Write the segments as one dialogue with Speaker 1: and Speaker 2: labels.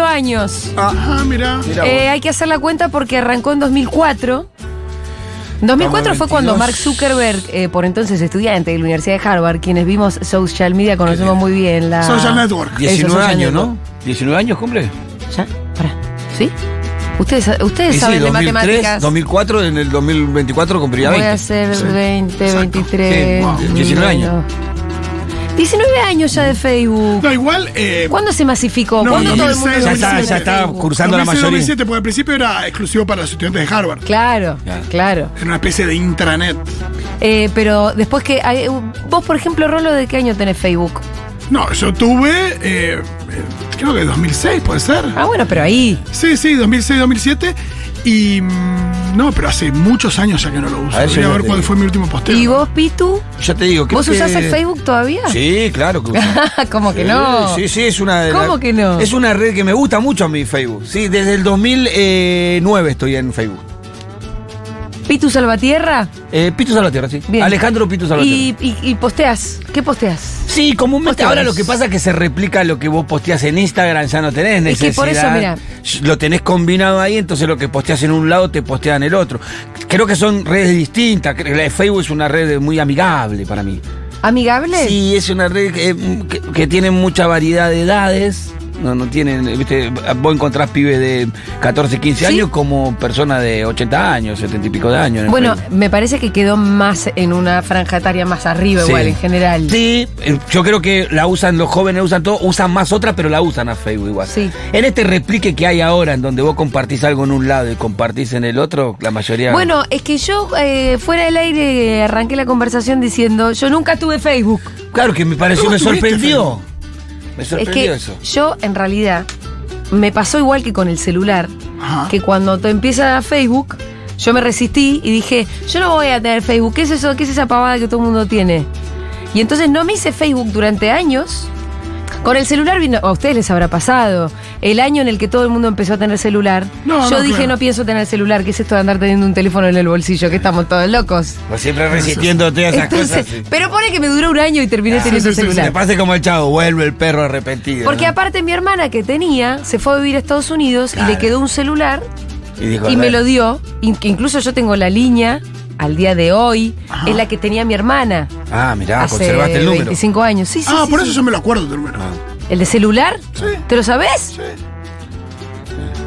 Speaker 1: años.
Speaker 2: Ah, mira.
Speaker 3: Mira vos.
Speaker 1: Eh, hay que hacer la cuenta porque arrancó en 2004. En 2004 fue
Speaker 2: 22.
Speaker 1: cuando Mark Zuckerberg, eh, por entonces estudiante de la Universidad de Harvard, quienes vimos Social Media, conocemos muy bien la...
Speaker 2: Social Network.
Speaker 1: Eso,
Speaker 3: 19
Speaker 1: Social
Speaker 3: años,
Speaker 1: Network.
Speaker 3: ¿no? 19 años cumple.
Speaker 1: ¿Ya? Pará. ¿Sí? Ustedes, ustedes
Speaker 3: Y sí,
Speaker 1: saben de
Speaker 3: 2003,
Speaker 1: matemáticas.
Speaker 3: 2004, en el 2024 cumpliría
Speaker 1: Voy a
Speaker 3: 20.
Speaker 1: hacer
Speaker 2: Sí.
Speaker 1: 20,
Speaker 2: Exacto.
Speaker 1: 23.
Speaker 3: Sí, wow. 19 años.
Speaker 1: 19 años ya de Facebook.
Speaker 2: No, igual. Eh,
Speaker 1: ¿Cuándo se masificó?
Speaker 2: No,
Speaker 1: ¿Cuándo todo el
Speaker 2: 2006,
Speaker 1: mundo
Speaker 2: Ya
Speaker 1: se
Speaker 2: está,
Speaker 1: masificó
Speaker 2: ya
Speaker 1: en
Speaker 2: está
Speaker 1: Facebook?
Speaker 3: cursando la
Speaker 2: 2006,
Speaker 3: mayoría.
Speaker 2: 2007, porque al principio era exclusivo para los estudiantes de Harvard.
Speaker 1: Claro,
Speaker 3: Claro.
Speaker 1: claro.
Speaker 2: Era una especie de intranet.
Speaker 1: Eh, pero después que. hay- eh, vos, por ejemplo, Rolo, ¿de qué año tenés Facebook?
Speaker 2: No, yo tuve. eh, eh, creo que 2006, puede ser.
Speaker 1: Ah, bueno, pero ahí.
Speaker 2: Sí, sí, 2006, 2007. Y. mm, No, pero hace muchos años ya que no lo uso.
Speaker 3: A ver,
Speaker 2: Voy a
Speaker 3: yo
Speaker 2: ver
Speaker 3: te
Speaker 2: cuál
Speaker 3: digo.
Speaker 2: fue mi último posteo.
Speaker 1: ¿Y vos, Pitu?
Speaker 3: Ya te digo. creo
Speaker 1: ¿Vos usás
Speaker 3: que-
Speaker 1: el Facebook todavía?
Speaker 3: Sí, claro que uso.
Speaker 1: Como que no.
Speaker 3: Sí, sí, es una de
Speaker 1: ¿Cómo
Speaker 3: la-
Speaker 1: que no?
Speaker 3: Es una red que me gusta mucho a mi Facebook. Sí, desde el 2009 estoy en Facebook.
Speaker 1: ¿Pitu Salvatierra?
Speaker 3: Eh, Pito Salvatierra, sí.
Speaker 1: Bien.
Speaker 3: Alejandro Pito Salvatierra.
Speaker 1: ¿Y, y, y posteas? ¿Qué posteas?
Speaker 3: Sí, comúnmente.
Speaker 1: Posteos.
Speaker 3: Ahora lo que pasa es que se replica lo que vos posteás en Instagram, ya no tenés
Speaker 1: Es
Speaker 3: necesidad.
Speaker 1: que por eso, mirá.
Speaker 3: Lo tenés combinado ahí, entonces lo que posteas en un lado te postean en el otro. Creo que son redes distintas. creo que La de Facebook es una red muy amigable para mí.
Speaker 1: ¿Amigables?
Speaker 3: Sí, es una red que, eh, que- que tiene mucha variedad de edades. No, no tienen, viste, vos encontrás pibes de 14, 15
Speaker 1: Sí.
Speaker 3: años como personas de 80 años, 70 y pico de años. en el
Speaker 1: Bueno,
Speaker 3: Facebook.
Speaker 1: me parece que quedó más en una franja etaria más arriba,
Speaker 3: Sí.
Speaker 1: igual, en general.
Speaker 3: Sí, eh, yo creo que la usan los jóvenes, usan todo, usan más otra, pero la usan a Facebook igual.
Speaker 1: Sí.
Speaker 3: En este replique que hay ahora, en donde vos compartís algo en un lado y compartís en el otro, la mayoría.
Speaker 1: Bueno, es que yo eh, fuera del aire eh, arranqué la conversación diciendo, yo nunca tuve Facebook.
Speaker 3: claro que me pareció,
Speaker 2: ¿Cómo
Speaker 3: me
Speaker 2: tuviste
Speaker 3: sorprendió. Me
Speaker 1: Es que
Speaker 3: sorprendió eso.
Speaker 1: yo en realidad me pasó igual que con el celular,
Speaker 2: Ajá.
Speaker 1: que cuando te empieza Facebook, yo me resistí y dije, yo no voy a tener Facebook, ¿qué es eso? ¿Qué es esa pavada que todo el mundo tiene? Y entonces no me hice Facebook durante años. Con el celular vino, a ustedes les habrá pasado, el año en el que todo el mundo empezó a tener celular.
Speaker 2: No,
Speaker 1: yo
Speaker 2: no,
Speaker 1: dije,
Speaker 2: claro.
Speaker 1: no pienso tener celular, ¿qué es esto de andar teniendo un teléfono en el bolsillo? Que estamos todos locos.
Speaker 3: Vos Siempre resistiéndote a esas
Speaker 1: Entonces,
Speaker 3: cosas. sí.
Speaker 1: pero pone que me duró un año y terminé teniendo
Speaker 2: Ah, sí, sí,
Speaker 1: celular.
Speaker 3: Te pase como el chavo, vuelve el perro arrepentido.
Speaker 1: Porque
Speaker 3: ¿no?
Speaker 1: aparte mi hermana que tenía se fue a vivir a Estados Unidos y
Speaker 3: Claro.
Speaker 1: le quedó un celular
Speaker 3: Y, dijo,
Speaker 1: y me lo
Speaker 3: "Dale".
Speaker 1: dio. In- que Incluso yo tengo la línea al día de hoy, es la que tenía mi hermana.
Speaker 3: Ah, mirá,
Speaker 1: hace
Speaker 3: conservaste el número.
Speaker 1: 25 años. Sí, sí,
Speaker 2: ah,
Speaker 1: sí,
Speaker 2: por
Speaker 1: sí.
Speaker 2: eso yo me lo acuerdo del número.
Speaker 1: ¿El de celular?
Speaker 2: Sí.
Speaker 1: ¿Te lo sabés?
Speaker 2: Sí.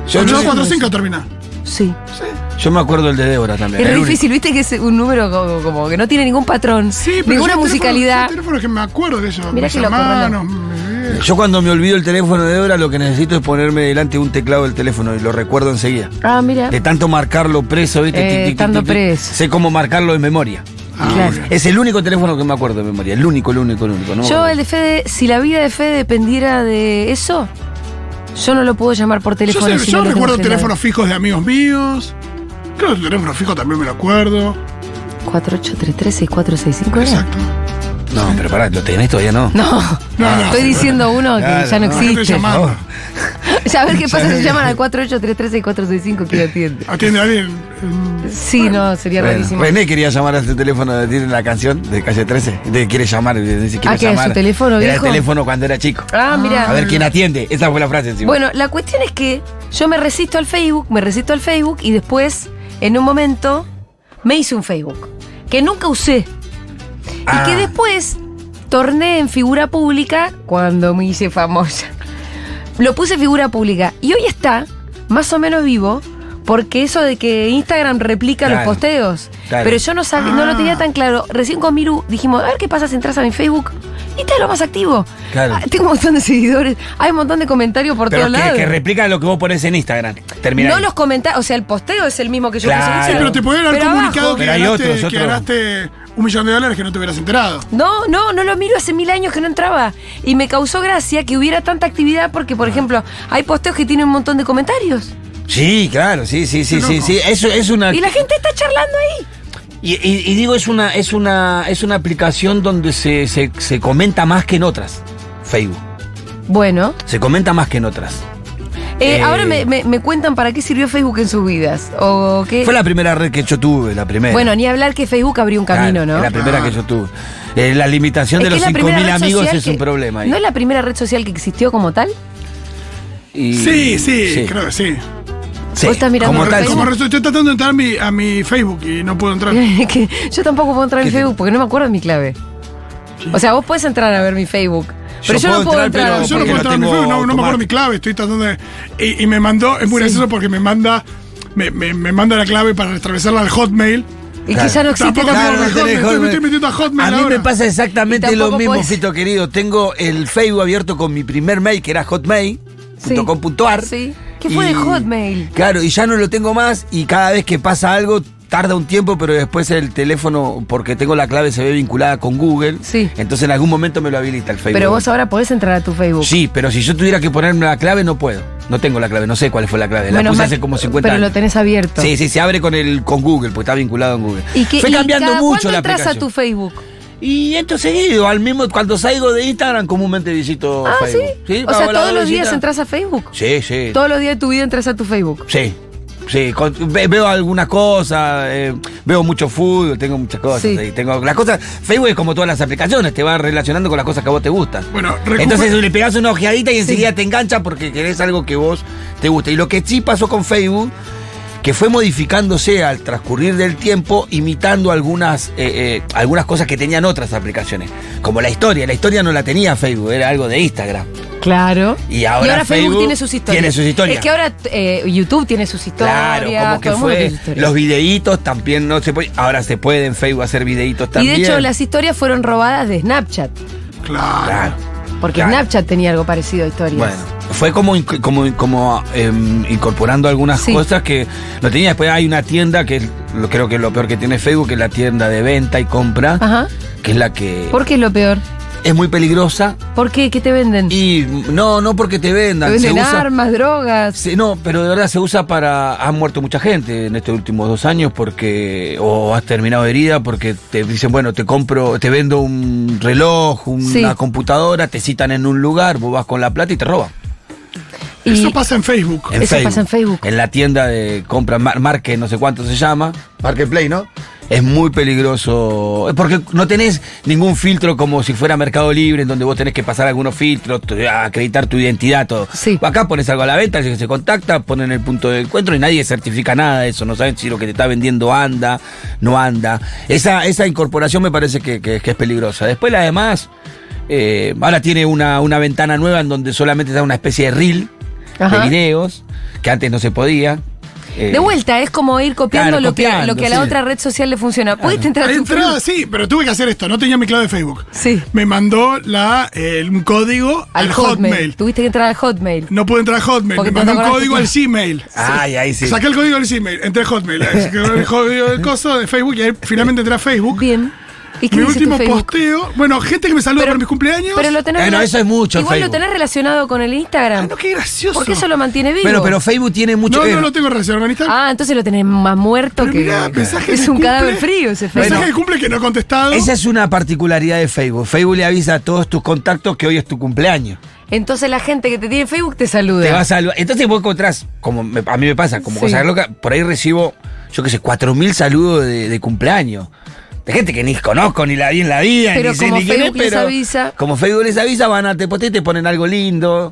Speaker 3: Yo, yo-
Speaker 2: 845 termina.
Speaker 1: Sí.
Speaker 2: Sí.
Speaker 3: yo me acuerdo el de Débora también.
Speaker 1: Es re
Speaker 3: El único.
Speaker 1: difícil, viste que es un número como, como que no tiene ningún patrón,
Speaker 2: Sí, pero
Speaker 1: ninguna
Speaker 2: yo el teléfono-
Speaker 1: musicalidad.
Speaker 2: yo el teléfono que me acuerdo de eso.
Speaker 1: Mirá
Speaker 2: mis
Speaker 1: qué loco,
Speaker 2: hermanos, mi viejo.
Speaker 3: Yo cuando me olvido el teléfono de Débora, lo que necesito es ponerme delante un teclado del teléfono y lo recuerdo enseguida.
Speaker 1: Ah, mira.
Speaker 3: De tanto marcarlo preso, ¿viste?
Speaker 1: Eh,
Speaker 3: Tic, tic, tic,
Speaker 1: estando
Speaker 3: tic, tic.
Speaker 1: preso.
Speaker 3: Sé cómo marcarlo de memoria.
Speaker 2: Ah,
Speaker 1: Claro.
Speaker 2: bueno.
Speaker 3: Es el único teléfono que me acuerdo de memoria. El único, el único, el único. ¿no?
Speaker 1: Yo, el de Fede, si la vida de Fede dependiera de eso, yo no lo puedo llamar por
Speaker 2: Yo,
Speaker 1: teléfono.
Speaker 2: sé-
Speaker 1: si
Speaker 2: yo
Speaker 1: no lo
Speaker 2: recuerdo
Speaker 1: tengo
Speaker 2: teléfonos fijos de amigos míos. Creo que el teléfono fijo también me lo acuerdo.
Speaker 1: 4833-6465 era.
Speaker 2: Exacto.
Speaker 3: No, pero pará, ¿lo tenés todavía no?
Speaker 1: No,
Speaker 2: No, no,
Speaker 1: estoy
Speaker 2: sí,
Speaker 1: diciendo uno que
Speaker 3: Ah, Claro,
Speaker 1: ya no
Speaker 3: no,
Speaker 2: Ahora estoy
Speaker 1: existe.
Speaker 2: llamando.
Speaker 3: Oh,
Speaker 1: Ya a ver qué pasa si llaman al 4833-6465 que lo atiende.
Speaker 2: Atiende a alguien.
Speaker 1: Sí, no, sería
Speaker 3: Bueno,
Speaker 1: rarísimo.
Speaker 3: René quería llamar a este teléfono de tiene la canción de calle 13. De, quiere llamar, dice, quiere
Speaker 1: Ah, ¿qué,
Speaker 3: llamar.
Speaker 1: su teléfono
Speaker 3: Era
Speaker 1: viejo?
Speaker 3: el teléfono cuando era chico.
Speaker 1: Ah,
Speaker 3: A
Speaker 1: mira.
Speaker 3: ver quién atiende. Esa fue la frase encima.
Speaker 1: Bueno, la cuestión es que yo me resisto al Facebook, me resisto al Facebook y después, en un momento, me hice un Facebook que nunca usé.
Speaker 3: Ah.
Speaker 1: Y que después torné en figura pública cuando me hice famosa. Lo puse en figura pública. Y hoy está más o menos vivo porque eso de que Instagram replica
Speaker 3: Claro.
Speaker 1: los posteos.
Speaker 3: Claro.
Speaker 1: Pero yo no, sab- no lo
Speaker 3: Ah.
Speaker 1: tenía tan claro. Recién con Miru dijimos, a ver qué pasa si entras a mi Facebook. Y está lo más activo.
Speaker 3: Claro.
Speaker 1: Ah, tengo un montón de seguidores. Hay un montón de comentarios por
Speaker 3: pero
Speaker 1: todos
Speaker 3: que,
Speaker 1: lados.
Speaker 3: que replica lo que vos pones en Instagram. Termina.
Speaker 1: no
Speaker 3: ahí.
Speaker 1: los comentarios, o sea, el posteo es el mismo que yo
Speaker 3: Claro.
Speaker 1: puse en Instagram.
Speaker 2: Pero te podrían haber
Speaker 1: Pero
Speaker 2: comunicado
Speaker 1: abajo-
Speaker 2: que,
Speaker 3: Pero hay
Speaker 2: ganaste,
Speaker 3: otros,
Speaker 2: que
Speaker 3: otros.
Speaker 2: ganaste un millón de dólares que no te hubieras enterado.
Speaker 1: No, no, no lo miro hace mil años que no entraba. Y me causó gracia que hubiera tanta actividad porque, por ejemplo, hay posteos que tienen un montón de comentarios.
Speaker 3: Sí, claro, sí, sí, sí,
Speaker 2: Qué
Speaker 3: sí,
Speaker 2: loco.
Speaker 3: sí. Eso es una.
Speaker 1: Y la gente está charlando ahí.
Speaker 3: Y, y- y digo, es una, es una, es una aplicación donde se, se- se comenta más que en otras. Facebook.
Speaker 1: Bueno,
Speaker 3: Se comenta más que en otras.
Speaker 1: eh,
Speaker 3: Eh,
Speaker 1: ahora me, me- me cuentan para qué sirvió Facebook en sus vidas. O qué.
Speaker 3: Fue la primera red que yo tuve, la primera.
Speaker 1: Eh, Bueno, ni hablar que Facebook abrió un
Speaker 3: Claro,
Speaker 1: camino,
Speaker 3: es
Speaker 1: ¿no? Ah.
Speaker 3: La primera que yo tuve. Eh, la limitación
Speaker 1: Es
Speaker 3: de
Speaker 1: que es
Speaker 3: los
Speaker 1: la primera
Speaker 3: 5.000
Speaker 1: red
Speaker 3: amigos
Speaker 1: social
Speaker 3: es un
Speaker 1: que-
Speaker 3: problema. ahí.
Speaker 1: ¿No es la primera red social que existió como tal?
Speaker 3: y-
Speaker 2: Sí, sí, creo que sí.
Speaker 3: Sí,
Speaker 1: Vos estás mirando
Speaker 3: como
Speaker 1: por
Speaker 3: tal,
Speaker 1: Facebook.
Speaker 2: Como
Speaker 3: como-
Speaker 2: resu- estoy tratando de entrar a mi, a mi Facebook y no puedo entrar.
Speaker 1: Que yo tampoco puedo entrar en
Speaker 3: ¿Qué te-
Speaker 1: Facebook porque no me acuerdo de mi clave. O sea, vos podés entrar a ver mi Facebook. Pero yo,
Speaker 3: puedo
Speaker 1: no puedo entrar,
Speaker 3: entrar,
Speaker 2: Yo
Speaker 3: pero
Speaker 2: no
Speaker 3: porque
Speaker 2: puedo
Speaker 3: lo
Speaker 2: entrar a mi
Speaker 3: tengo
Speaker 2: Facebook, no, no me acuerdo
Speaker 3: automático.
Speaker 2: mi clave, estoy tratando de. Y, y me mandó, es muy gracioso porque me manda. Me, me- me manda la clave para atravesarla al Hotmail.
Speaker 1: Y
Speaker 3: Claro.
Speaker 1: que ya no existe.
Speaker 2: Tampoco
Speaker 1: nada.
Speaker 2: tengo
Speaker 3: no
Speaker 2: Hotmail,
Speaker 3: tenés
Speaker 2: estoy- me estoy metiendo a Hotmail
Speaker 3: mí
Speaker 2: ahora.
Speaker 3: me pasa exactamente
Speaker 1: Y
Speaker 3: lo
Speaker 1: tampoco
Speaker 3: mismo,
Speaker 1: podés.
Speaker 3: Fito querido. Tengo el Facebook abierto con mi primer mail, que era hotmail.com.ar.
Speaker 1: Sí. ¿Qué fue de Hotmail?
Speaker 3: Claro, y ya no lo tengo más y cada vez que pasa algo tarda un tiempo, pero después el teléfono, porque tengo la clave, se ve vinculada con Google.
Speaker 1: Sí.
Speaker 3: Entonces en algún momento me lo habilita el Facebook.
Speaker 1: Pero vos ahora podés entrar a tu Facebook.
Speaker 3: Sí, pero si yo tuviera que ponerme la clave, no puedo. No tengo la clave, no sé cuál fue la clave. La
Speaker 1: Menos
Speaker 3: puse
Speaker 1: mal,
Speaker 3: hace como 50
Speaker 1: Pero
Speaker 3: años.
Speaker 1: lo tenés abierto.
Speaker 3: Sí, sí, se abre con el con Google, porque está vinculado en Google.
Speaker 1: ¿Y que,
Speaker 3: Fue
Speaker 1: y
Speaker 3: cambiando
Speaker 1: cada
Speaker 3: mucho
Speaker 1: cuánto
Speaker 3: la
Speaker 1: entras
Speaker 3: aplicación.
Speaker 1: a tu Facebook?
Speaker 3: Y esto seguido, al mismo cuando salgo de Instagram comúnmente visito
Speaker 1: Ah, sí.
Speaker 3: Oh, Facebook.
Speaker 1: O sea,
Speaker 3: hago la
Speaker 1: todos los días
Speaker 3: visita.
Speaker 1: entras a Facebook.
Speaker 3: Sí, sí.
Speaker 1: Todos los días de tu vida entras a tu Facebook.
Speaker 3: Sí. Sí, con- ve- veo algunas cosas, eh, veo mucho fútbol, tengo muchas cosas.
Speaker 1: Sí.
Speaker 3: ahí, tengo las cosas, Facebook es como todas las aplicaciones, te va relacionando con las cosas que a vos te gustan.
Speaker 2: Bueno, recuper-
Speaker 3: Entonces le pegás una ojeadita y enseguida te engancha porque querés algo que vos te guste. Y lo que sí pasó con Facebook, que fue modificándose al transcurrir del tiempo, imitando algunas, eh, eh, algunas cosas que tenían otras aplicaciones. Como la historia. La historia no la tenía Facebook, era algo de Instagram.
Speaker 1: Claro.
Speaker 3: Y ahora
Speaker 1: Facebook,
Speaker 3: Facebook
Speaker 1: tiene sus historias.
Speaker 3: tiene sus historias.
Speaker 1: Es que ahora eh, YouTube tiene sus historias.
Speaker 3: Claro, como que
Speaker 1: todo el mundo tiene
Speaker 3: fue.
Speaker 1: sus historias.
Speaker 3: Los videitos también no se puede. Ahora se puede en Facebook hacer videitos
Speaker 1: Y
Speaker 3: también.
Speaker 1: de hecho las historias fueron robadas de Snapchat.
Speaker 2: Claro.
Speaker 3: Claro.
Speaker 1: Porque
Speaker 3: Claro.
Speaker 1: Snapchat tenía algo parecido a historias.
Speaker 3: Bueno, fue como, inc- como, como em, incorporando algunas
Speaker 1: Sí.
Speaker 3: cosas que no tenía. Después hay una tienda que es lo, creo que es lo peor que tiene Facebook, que es la tienda de venta y compra,
Speaker 1: Ajá.
Speaker 3: que es la que
Speaker 1: ¿Por qué es lo peor?
Speaker 3: es muy peligrosa.
Speaker 1: ¿Por qué? ¿Qué te venden?
Speaker 3: Y no, no porque te vendan.
Speaker 1: te
Speaker 3: se
Speaker 1: venden
Speaker 3: usa-
Speaker 1: armas, drogas.
Speaker 3: Sí, no, pero de verdad se usa para. Han muerto mucha gente en estos últimos dos años porque. O has terminado herida porque te dicen, bueno, te compro, te vendo un reloj, una
Speaker 1: Sí.
Speaker 3: computadora, te citan en un lugar, vos vas con la plata y te roban.
Speaker 1: Y
Speaker 2: Eso pasa en Facebook.
Speaker 3: En
Speaker 1: Eso pasa en Facebook.
Speaker 3: En la tienda de compra, mar- marque, no sé cuánto se llama. Marketplace, ¿no? Es muy peligroso. Porque no tenés ningún filtro como si fuera Mercado Libre, en donde vos tenés que pasar algunos filtros, tu- acreditar tu identidad, todo.
Speaker 1: Sí.
Speaker 3: Acá pones algo a la venta, se se contacta, ponen el punto de encuentro y nadie certifica nada de eso. No saben si lo que te está vendiendo anda, no anda. Esa, esa incorporación me parece que, que- que es peligrosa. Después, la demás, eh, ahora tiene una, una ventana nueva en donde solamente está una especie de reel
Speaker 1: Ajá.
Speaker 3: de videos, que antes no se podía. Eh,
Speaker 1: de vuelta, es como ir copiando,
Speaker 3: claro,
Speaker 1: lo, que,
Speaker 3: copiando,
Speaker 1: lo que a la
Speaker 3: sí.
Speaker 1: otra red social le funciona. ¿Puedes entrar a tu
Speaker 2: Entrada,
Speaker 1: Facebook?
Speaker 2: sí, pero tuve que hacer esto, no tenía mi clave de Facebook.
Speaker 1: Sí.
Speaker 2: Me mandó la, eh, un código al,
Speaker 1: Al
Speaker 2: Hotmail.
Speaker 1: Tuviste que entrar al Hotmail.
Speaker 2: No pude entrar a Hotmail,
Speaker 1: Porque
Speaker 2: me mandó
Speaker 1: no
Speaker 2: un
Speaker 1: te
Speaker 2: código al
Speaker 1: acordaste
Speaker 2: Gmail.
Speaker 3: Ay, ahí sí.
Speaker 2: Saqué el código del Gmail, entré a Hotmail, así que el código del coso de Facebook y ahí finalmente entré a Facebook.
Speaker 1: Bien. ¿Y qué
Speaker 2: Mi
Speaker 1: dice tu
Speaker 2: último
Speaker 1: Facebook?
Speaker 2: posteo, bueno, gente que me saluda
Speaker 1: Pero-
Speaker 2: por mis cumpleaños.
Speaker 1: Pero lo tenés
Speaker 3: Bueno,
Speaker 1: rela-
Speaker 3: eso es mucho,
Speaker 1: Igual
Speaker 3: Facebook.
Speaker 1: lo tenés relacionado con el Instagram.
Speaker 2: Ay, Ah, no, qué gracioso.
Speaker 1: porque eso lo mantiene vivo.
Speaker 3: Bueno, pero Facebook tiene mucho.
Speaker 2: No,
Speaker 3: eh,
Speaker 2: no lo tengo relacionado con Instagram.
Speaker 1: Ah, entonces lo tenés más muerto
Speaker 2: Pero
Speaker 1: que.
Speaker 2: mirá, mensaje
Speaker 1: es
Speaker 2: de
Speaker 1: un
Speaker 2: cumple.
Speaker 1: cadáver frío ese
Speaker 2: Mensaje
Speaker 1: Facebook.
Speaker 2: de cumple que no he contestado.
Speaker 3: Esa es una particularidad de Facebook. Facebook le avisa a todos tus contactos que hoy es tu cumpleaños.
Speaker 1: Entonces la gente que te tiene en Facebook te saluda.
Speaker 3: Te vas a saludar. Entonces vos encontrás, como me- a mí me pasa, como
Speaker 1: Sí.
Speaker 3: cosa loca, por ahí recibo, yo qué sé, 4.000 saludos de, de cumpleaños. De gente que ni conozco, ni la vi en la vida,
Speaker 1: Pero
Speaker 3: ni sé
Speaker 1: como
Speaker 3: ni quién es,
Speaker 1: Facebook les
Speaker 3: pero
Speaker 1: avisa.
Speaker 3: Como Facebook les avisa, van a te poste, te ponen algo lindo.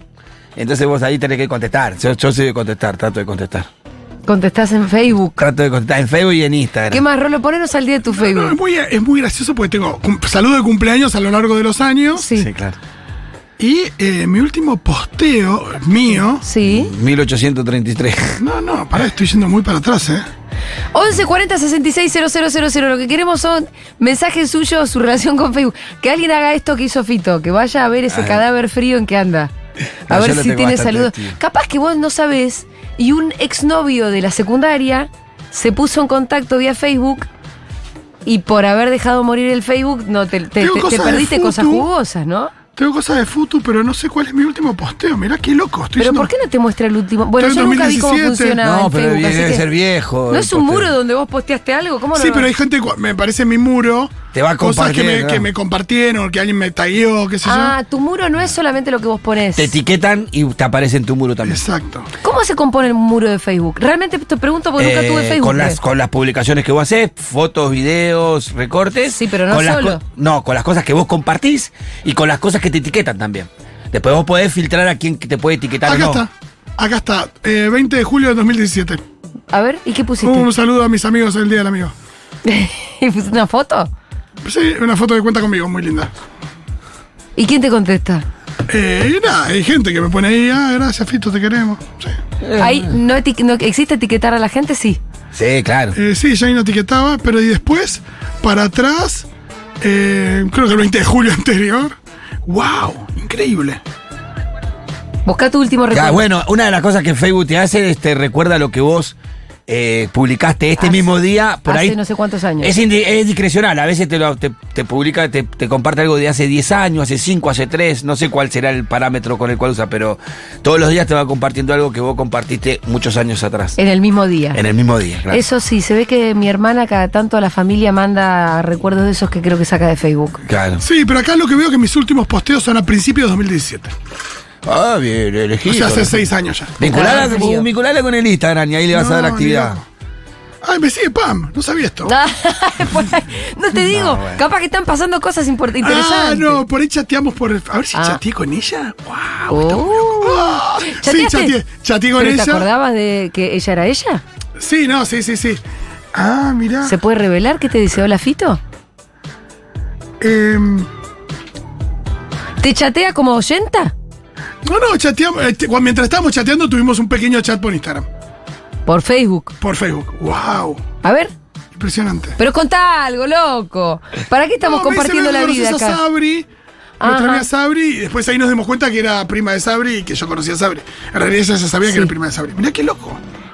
Speaker 3: Entonces vos ahí tenés que contestar. Yo, yo soy de contestar, trato de contestar.
Speaker 1: Contestás en Facebook.
Speaker 3: Trato de contestar en Facebook y en Instagram.
Speaker 1: ¿Qué más, Rolo? Ponenos al día de tu
Speaker 2: No, es,
Speaker 1: Facebook.
Speaker 2: muy, es muy gracioso porque tengo cum- saludo de cumpleaños a lo largo de los años.
Speaker 1: Sí.
Speaker 3: Sí, claro.
Speaker 2: Y eh, mi último posteo mío.
Speaker 1: Sí.
Speaker 3: 1833.
Speaker 2: No, no, pará, estoy yendo muy para atrás, ¿eh?
Speaker 1: 11 40 66 000. Lo que queremos son mensajes suyos, su relación con Facebook. Que alguien haga esto que hizo Fito, que vaya a ver ese
Speaker 3: Ah.
Speaker 1: cadáver frío en que anda. A
Speaker 3: No,
Speaker 1: ver
Speaker 3: yo lo
Speaker 1: si
Speaker 3: tengo
Speaker 1: tiene
Speaker 3: bastante
Speaker 1: saludos.
Speaker 3: activo.
Speaker 1: Capaz que vos no sabés y un exnovio de la secundaria se puso en contacto vía Facebook y por haber dejado morir el Facebook no te, te-
Speaker 2: Tengo
Speaker 1: te- te
Speaker 2: cosas de
Speaker 1: perdiste
Speaker 2: futu.
Speaker 1: cosas jugosas, ¿no?
Speaker 2: Tengo cosas de Futu, pero no sé cuál es mi último posteo. Mirá qué loco, estoy
Speaker 1: Pero
Speaker 2: yendo-
Speaker 1: ¿por qué no te muestra el último? Bueno, yo
Speaker 2: Estoy en
Speaker 1: nunca vi cómo
Speaker 2: 2017.
Speaker 1: funcionaba
Speaker 3: No,
Speaker 1: el
Speaker 3: pero
Speaker 1: Facebook. así
Speaker 3: debe
Speaker 1: que-
Speaker 3: ser viejo.
Speaker 1: ¿No
Speaker 3: el
Speaker 1: es un
Speaker 3: posteo.
Speaker 1: muro donde vos posteaste algo? ¿Cómo no
Speaker 2: Sí,
Speaker 1: lo-
Speaker 2: pero hay gente, cu- me parece mi muro.
Speaker 3: Te va a
Speaker 2: cosas que me,
Speaker 3: compartir, ¿no?
Speaker 2: que me compartieron, que alguien me tagueó, qué sé
Speaker 1: Ah, tu muro no es solamente lo que vos ponés.
Speaker 3: Te etiquetan y te aparece en tu muro
Speaker 2: yo.
Speaker 3: también.
Speaker 2: Exacto.
Speaker 1: ¿Cómo se compone el muro de Facebook? Realmente te pregunto porque Pues nunca
Speaker 3: Eh,
Speaker 1: tuve Facebook.
Speaker 3: Con las, con las publicaciones que vos haces, fotos, videos, recortes.
Speaker 1: Sí, pero no
Speaker 3: con las
Speaker 1: solo.
Speaker 3: co- no, con las cosas que vos compartís y con las cosas que te etiquetan también. Después vos podés filtrar a quién te puede etiquetar
Speaker 2: Acá
Speaker 3: o no.
Speaker 2: está. Acá está, eh, 20 de julio de 2017.
Speaker 1: A ver, ¿y qué pusiste?
Speaker 2: Un saludo a mis amigos el Día del Amigo.
Speaker 1: ¿Y pusiste una foto?
Speaker 2: Sí, una foto de cuenta conmigo, muy linda.
Speaker 1: ¿Y quién te contesta?
Speaker 2: Eh, y nada, hay gente que me pone ahí, ah, gracias Fito, te queremos. Sí,
Speaker 1: Ahí no, eti- no- existe etiquetar a la gente, sí.
Speaker 3: Sí, claro.
Speaker 2: Eh, sí Jane no etiquetaba, pero y después, para atrás, eh, creo que el 20 de julio anterior. ¡Wow! Increíble.
Speaker 1: Busca tu último recuerdo.
Speaker 3: Ya, bueno, una de las cosas que Facebook te hace es te recuerda lo que vos eh, publicaste este
Speaker 1: Hace-
Speaker 3: mismo día. Por
Speaker 1: hace
Speaker 3: ahí
Speaker 1: no sé cuántos años.
Speaker 3: Es, indi- es discrecional, a veces te, lo- te, te publica, te, te comparte algo de hace 10 años, hace 5, hace 3, no sé cuál será el parámetro con el cual usa, pero todos los días te va compartiendo algo que vos compartiste muchos años atrás.
Speaker 1: En el mismo día.
Speaker 3: En el mismo día, claro.
Speaker 1: Eso sí, se ve que mi hermana cada tanto a la familia manda recuerdos de esos que creo que saca de Facebook.
Speaker 3: Claro.
Speaker 2: Sí, pero acá lo que veo que mis últimos posteos son a principios de 2017.
Speaker 3: Ah, bien,
Speaker 2: O
Speaker 3: elegido.
Speaker 2: sea, hace seis años ya.
Speaker 1: Ah,
Speaker 3: Vinculala,
Speaker 1: elegido.
Speaker 3: vinculala con el Instagram y ahí le vas
Speaker 2: No,
Speaker 3: a dar
Speaker 2: ni
Speaker 3: actividad.
Speaker 2: loco. Ay, me sigue Pam, no sabía esto.
Speaker 1: Por ahí, Ah, no te digo,
Speaker 3: bueno.
Speaker 1: capaz que están pasando cosas import-
Speaker 2: Ah,
Speaker 1: interesantes.
Speaker 2: no, por ahí chateamos por. A ver si
Speaker 1: Ah.
Speaker 2: chateé con ella. ¡Wow!
Speaker 1: Oh.
Speaker 2: Ah, sí,
Speaker 1: ¿Chateaste?
Speaker 2: chateé, chateé con
Speaker 1: ¿Pero ¿Te
Speaker 2: ella.
Speaker 1: acordabas de que ella era ella?
Speaker 2: Sí, no, sí, sí, sí. Ah, mirá.
Speaker 1: ¿Se puede revelar que te dice hola Fito?
Speaker 2: Em,
Speaker 1: ¿Te chatea como oyenta?
Speaker 2: no, no, chateamos. eh, te- cuando- mientras estábamos chateando, tuvimos un pequeño chat por Instagram,
Speaker 1: Por Facebook.
Speaker 2: por Facebook. ¡Wow!
Speaker 1: A ver,
Speaker 2: Impresionante.
Speaker 1: pero contá algo, loco. ¿Para qué estamos
Speaker 2: No, me dice,
Speaker 1: compartiendo
Speaker 2: "Mira,
Speaker 1: la
Speaker 2: conoces
Speaker 1: vida
Speaker 2: a
Speaker 1: acá?
Speaker 2: Sabri. Lo
Speaker 1: Ajá.
Speaker 2: traía a Sabri y después ahí nos dimos cuenta que era prima de Sabri y que yo conocía a Sabri. En realidad ella ya sabía
Speaker 1: Sí.
Speaker 2: que era prima de Sabri. Mirá qué loco.